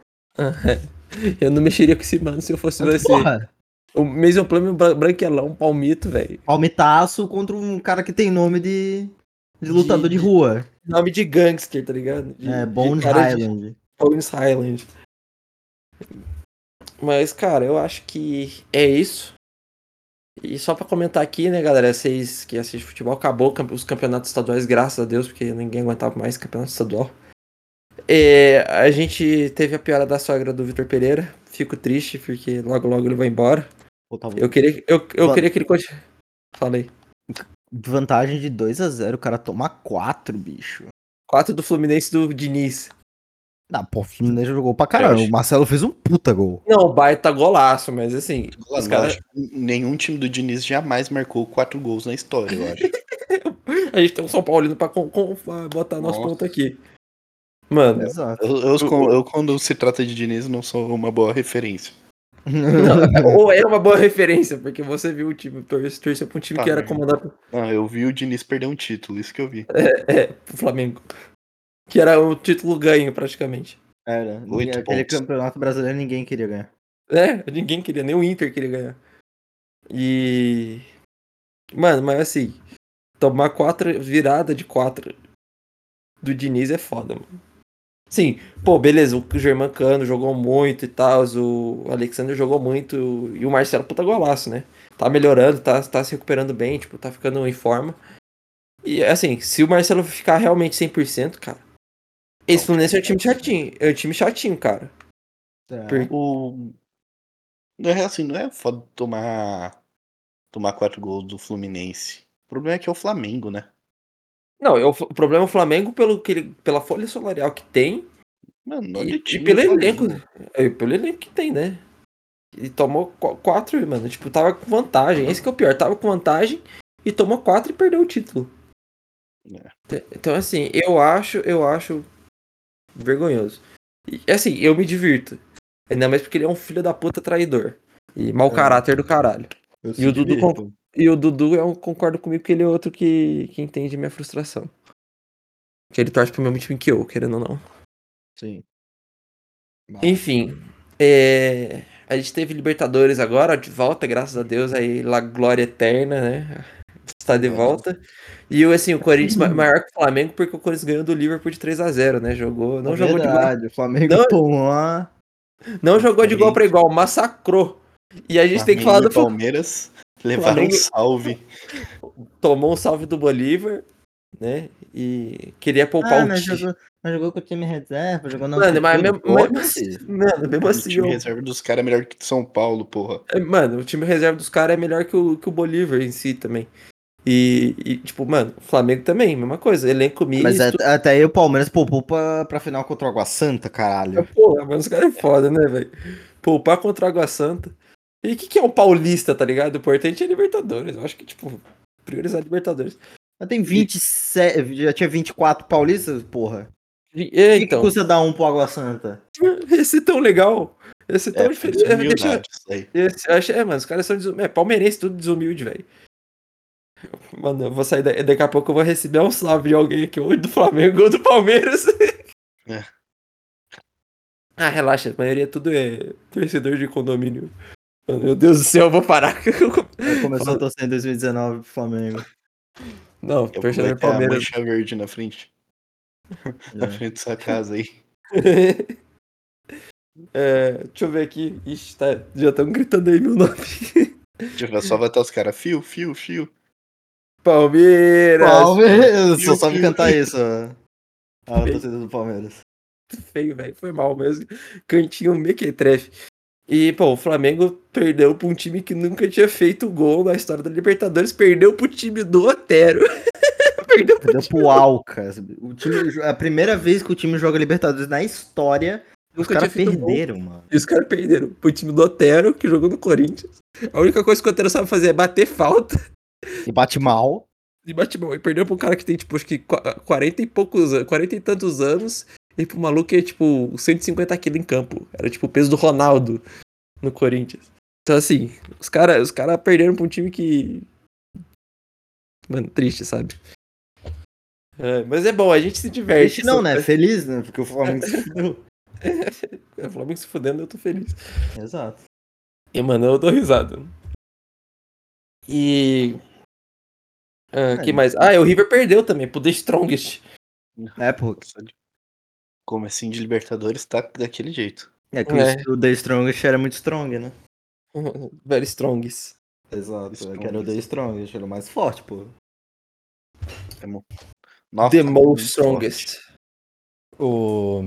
Eu não mexeria com esse mano se eu fosse você.
Porra,
O Mason Plumlee bran- branquelão, um palmito, velho.
palmitaço contra um cara que tem nome de, de lutador de, rua.
Nome de gangster, tá ligado? De,
é,
de
Bones
cara de
Highland.
Bones Highland. Mas, cara, eu acho que é isso. E só pra comentar aqui, né, galera, vocês que assistem futebol, acabou campe- os campeonatos estaduais, graças a Deus, porque ninguém aguentava mais campeonato estadual. É, a gente teve a piora da sogra do Vitor Pereira. Fico triste, porque logo, logo ele vai embora.
Pô, tá tava-
Eu queria, eu, eu
Van-
queria que ele continue. Falei.
Vantagem de 2 a 0 o cara toma 4, bicho.
4 do Fluminense do Diniz.
Não, pô, o Fluminense jogou pra caralho.
Eu acho.
O Marcelo fez um puta gol.
Não, baita golaço, mas assim,
Mano,
os
eu
caras.
acho que nenhum time do Diniz jamais marcou quatro gols na história, eu acho.
A gente tem um São Paulino pra com- com- pra botar nosso
Nossa.
ponto aqui. Mano,
Exato.
Eu, eu- eu, quando se trata de Diniz, não sou uma boa referência.
É.
não, ou era uma boa referência, porque você viu o time, tor- torcer pra um time
Tá,
que era
né?
comandado
Ah, eu vi o Diniz perder um título, isso que eu vi.
é, pro Flamengo. Que era o título ganho, praticamente.
Era.
Oito
aquele
pontos.
campeonato brasileiro ninguém queria ganhar.
É, ninguém queria, nem o Inter queria ganhar. E. Mano, mas assim, tomar quatro, virada de quatro do Diniz é foda, mano. Sim, pô, beleza, o German Cano jogou muito e tal, o Alexander jogou muito, e o Marcelo, puta golaço, né? Tá melhorando, tá, tá se recuperando bem, tipo, tá ficando em forma. E assim, se o Marcelo ficar realmente 100%, cara, esse Fluminense é um time chatinho, é um time chatinho, cara.
É,
Por-
O... Não é assim, não é foda tomar tomar quatro gols do Fluminense. O problema é que é o Flamengo, né?
Não, eu- o problema é o Flamengo pelo que ele- pela folha salarial que tem
Mano,
e,
olha o
e
time
pelo
do Flamengo.
elenco, é, pelo elenco que tem, né? E tomou qu- quatro, mano. Tipo, tava com vantagem. Esse que é o pior, tava com vantagem e tomou quatro e perdeu o título.
É.
Te- Então, assim, eu acho, eu acho vergonhoso. E, assim, eu me divirto. Ainda mais porque ele é um filho da puta traidor. E mau
É.
caráter do caralho.
Eu
E o Dudu com- E o Dudu é um, concorda comigo que ele é outro que, que entende minha frustração. Que ele torce pro mesmo time que eu, querendo ou não.
Sim.
Enfim, é, a gente teve Libertadores agora, de volta, graças a Deus, aí lá glória eterna, né? Está de
É.
volta. E o, assim, o Corinthians ma- maior que o Flamengo, porque o Corinthians ganhou do Liverpool de 3 a 0 né? Jogou, não, jogou, de igual,
É Verdade, o Flamengo
Não-
tomou uma...
não jogou de igual para igual, massacrou. E a gente tem que falar
Flamengo
do
e Palmeiras levaram
Flamengo-
um salve.
tomou um salve do Bolívar, né? E queria poupar
Ah,
o
mas
time.
jogou, mas jogou com o time reserva, jogou na
Mano, mas mesmo,
altitude,
mesmo
foda-se.
assim, mano, mesmo
o
assim,
time
eu-
reserva dos caras é melhor que o de São Paulo, porra.
É, Mano, o time reserva dos caras é melhor que o, que o Bolívar em si também. E, e, tipo, mano, o Flamengo também, mesma coisa. Elenco misto.
Mas é at- até aí o Palmeiras poupou pra, pra final contra o Água Santa, caralho.
Porra, mano, os caras é foda, né, velho? Poupar contra a Água Santa. E o que, que é um paulista, tá ligado? O importante é Libertadores. Eu acho que, tipo, priorizar Libertadores.
Mas tem 27, já tinha 24 paulistas, porra.
E, é,
O que
então,
que custa dar um pro Água Santa?
esse tão legal. Esse tão
É,
diferente.
foi
É, deixa-
humildade isso aí.
Esse- eu achei- é, mano, os caras são desumildes. É, palmeirense, tudo desumilde, velho. Mano, eu vou sair da... daqui a pouco eu vou receber um salve de alguém aqui, ou do Flamengo ou do Palmeiras.
É.
Ah, relaxa, a maioria tudo é torcedor de condomínio. Mano, meu Deus do céu, eu vou parar.
Aí Começou a torcer em 2019 pro Flamengo.
Não,
Eu
torcedor
vou
do
ter a
Palmeiras.
mancha verde na frente, na
É.
frente da sua casa aí.
É, deixa eu ver aqui. Ixi, tá, já estão gritando aí meu nome.
Já Tipo, só vai estar os caras, fio, fio, fio.
Palmeiras!
Palmeiras, só sabe cantar isso. ó. Ah, o torcedor do Palmeiras.
feio, velho. Foi mal mesmo. Cantinho mequetrefe. E, pô, o Flamengo perdeu pra um time que nunca tinha feito gol na história da Libertadores. Perdeu pro time do Otero. perdeu pro
Deu
time
pro Alcas. O time, é a primeira vez que o time joga Libertadores na história,
que
os caras
feito gol.
perderam, mano.
E os caras perderam pro time do Otero, que jogou no Corinthians. A única coisa que o Otero sabe fazer é bater falta
E bate mal.
e bate mal. E perdeu pra um cara que tem, tipo, acho que qua- 40 e poucos anos, 40 e tantos anos. E pro maluco que é, tipo, 150 quilos em campo. Era, tipo, o peso do Ronaldo no Corinthians. Então, assim, os caras os cara perderam pra um time que. Mano, triste, sabe? É, mas é bom, a gente se diverte.
Triste não, né? Feliz, né? Porque o Flamengo se fudeu.
O Flamengo se fudendo, eu tô feliz.
Exato.
E, mano, eu dou risada. E. Ah, que mais? Ah, e o River perdeu também pro The Strongest.
É, pô.
Como assim de Libertadores tá daquele jeito.
É que
É.
o The Strongest era muito strong, né?
Very Strongs.
Exato.
Strongest.
É que era o The Strongest, era o mais forte, pô.
Nossa,
The
tá
Most
muito forte.
Strongest.
O...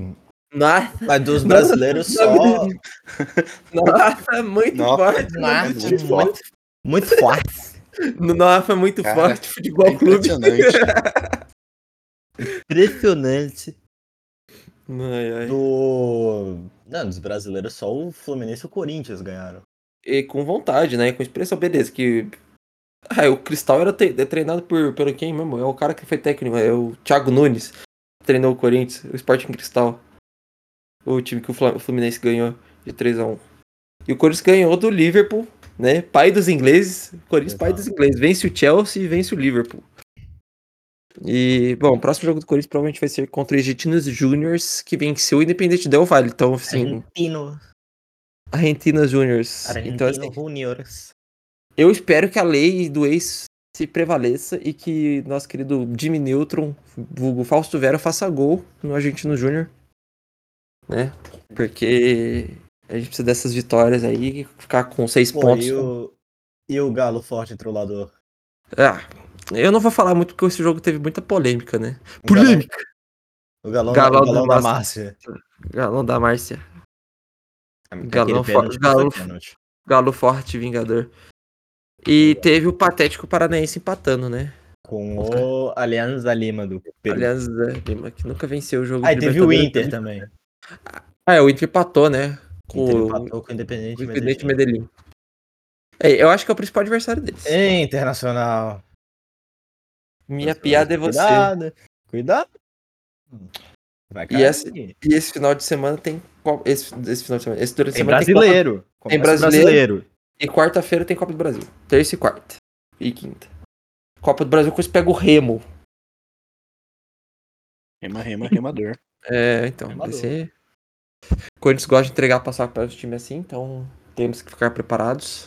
Nossa,
Mas dos
brasileiros só- nossa, muito
Nossa,
forte.
mano,
muito forte.
muito forte.
Muito forte.
Nossa, muito
Cara,
forte.
É
Futebol clube.
impressionante.
Impressionante.
Ai, ai.
Do. Não, dos brasileiros, só o Fluminense e o Corinthians ganharam.
E com vontade, né? Com expressão, beleza. Que. Ah, o Cristal era tre- é treinado por pelo quem mesmo? É o cara que foi técnico, é o Thiago Nunes. Treinou o Corinthians, o Sporting Cristal. O time que o Fla- o Fluminense ganhou de 3x1. E o Corinthians ganhou do Liverpool, né? Pai dos ingleses. Corinthians, pai dos ingleses. Vence o Chelsea e vence o Liverpool. E, bom, o próximo jogo do Corinthians provavelmente vai ser contra o Argentinos Juniors, que venceu o Independente Del Valle. Então, assim,
Argentino.
Argentinos Juniors.
Argentino
Então, assim,
Juniors.
eu espero que a lei do ex se prevaleça e que nosso querido Jimmy Neutron, vulgo Fausto Vera, faça gol no Argentino Júnior. Né? Porque a gente precisa dessas vitórias aí, ficar com seis
Pô,
pontos.
E o, e o Galo forte trollador?
Ah, eu não vou falar muito porque esse jogo teve muita polêmica, né?
O
Polêmica!
Galão- O galão,
Galão
o galão
da
da
Márcia.
Márcia.
Galão da Márcia. Galão
Aquele
fo-
pênalti que foi
galão-
pênalti.
Galo forte, vingador. E teve o patético paranaense empatando, né?
Com o Alianza Lima do Peru.
Aliás, é, Lima, que nunca venceu o jogo.
Ah, e
de
teve o
Libertadores.
Inter também.
Ah, é, o Inter empatou, né? Com
Inter
o-
empatou com o Independente.
O Independente
Medellín.
Medellín. É, eu acho que é o principal adversário deles.
Ei, Internacional.
Minha piada é você.
Cuidado. Cuidado. Vai cair.
essa- E esse final de semana tem. Copa- Esse, esse final de semana. Esse durante a
Tem
semana tem
brasileiro. Começa o
brasileiro.
brasileiro.
Copa. E quarta-feira tem Copa do Brasil. Terça e quarta. E quinta. Copa do Brasil, que pega o Remo.
Rema, rema, remador.
É, então. Vai
Remador.
ser. O Corinthians gosta de entregar passar para os times assim, então temos que ficar preparados.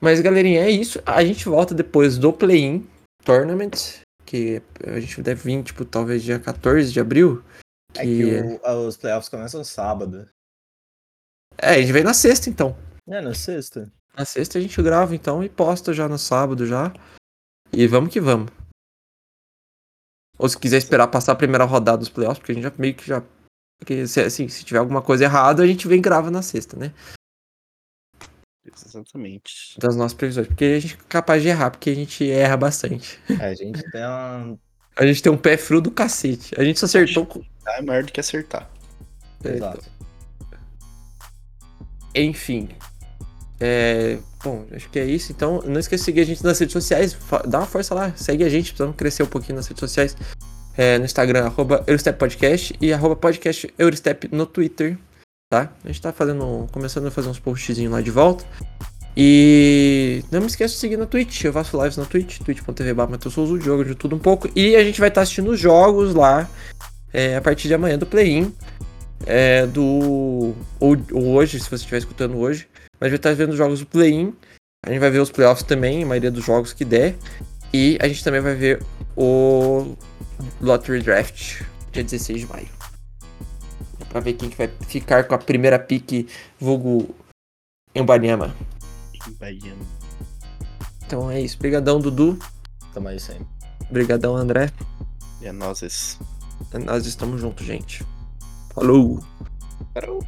Mas, galerinha, é isso. A gente volta depois do Play-In Tournament, que a gente deve vir, tipo, talvez dia 14 de abril.
É que o- os playoffs começam sábado.
É, a gente vem na sexta, então.
É, na sexta.
Na sexta a gente grava, então, e posta já no sábado já. E vamos que vamos. Ou se quiser esperar passar a primeira rodada dos playoffs, porque a gente já meio que já. Porque, se, assim, se tiver alguma coisa errada, a gente vem e grava na sexta, né?
Exatamente.
Das nossas previsões. Porque a gente é capaz de errar, porque a gente erra bastante.
É, A gente tem uma.
A gente tem um pé frio do cacete. A gente só acertou com.
Tá é maior do que acertar.
É,
Exato.
Enfim. É, bom, acho que é isso. Então, não esqueça de seguir a gente nas redes sociais. Fa- Dá uma força lá, segue a gente, precisamos crescer um pouquinho nas redes sociais. É, no Instagram, arroba Eurostep Podcast e arroba podcast Eurostep no Twitter. Tá? A gente tá fazendo. começando a fazer uns postzinhos lá de volta. E não me esqueça de seguir na Twitch. Eu faço lives na Twitch, twitch.tv Matheus Souza, jogo de tudo um pouco. E a gente vai estar assistindo os jogos lá é, a partir de amanhã do play-in. É, do. Ou, ou hoje, se você estiver escutando hoje. Mas a gente vai estar vendo os jogos do play-in. A gente vai ver os playoffs também, a maioria dos jogos que der. E a gente também vai ver o Lottery Draft, dia 16 de maio. É pra ver quem que vai ficar com a primeira pique, vulgo Embanyama.
Baiano.
Então é isso. Obrigadão, Dudu.
Tamo aí sempre.
Obrigadão, André.
E é nós esse.
Nós estamos juntos, gente. Falou!
Parou.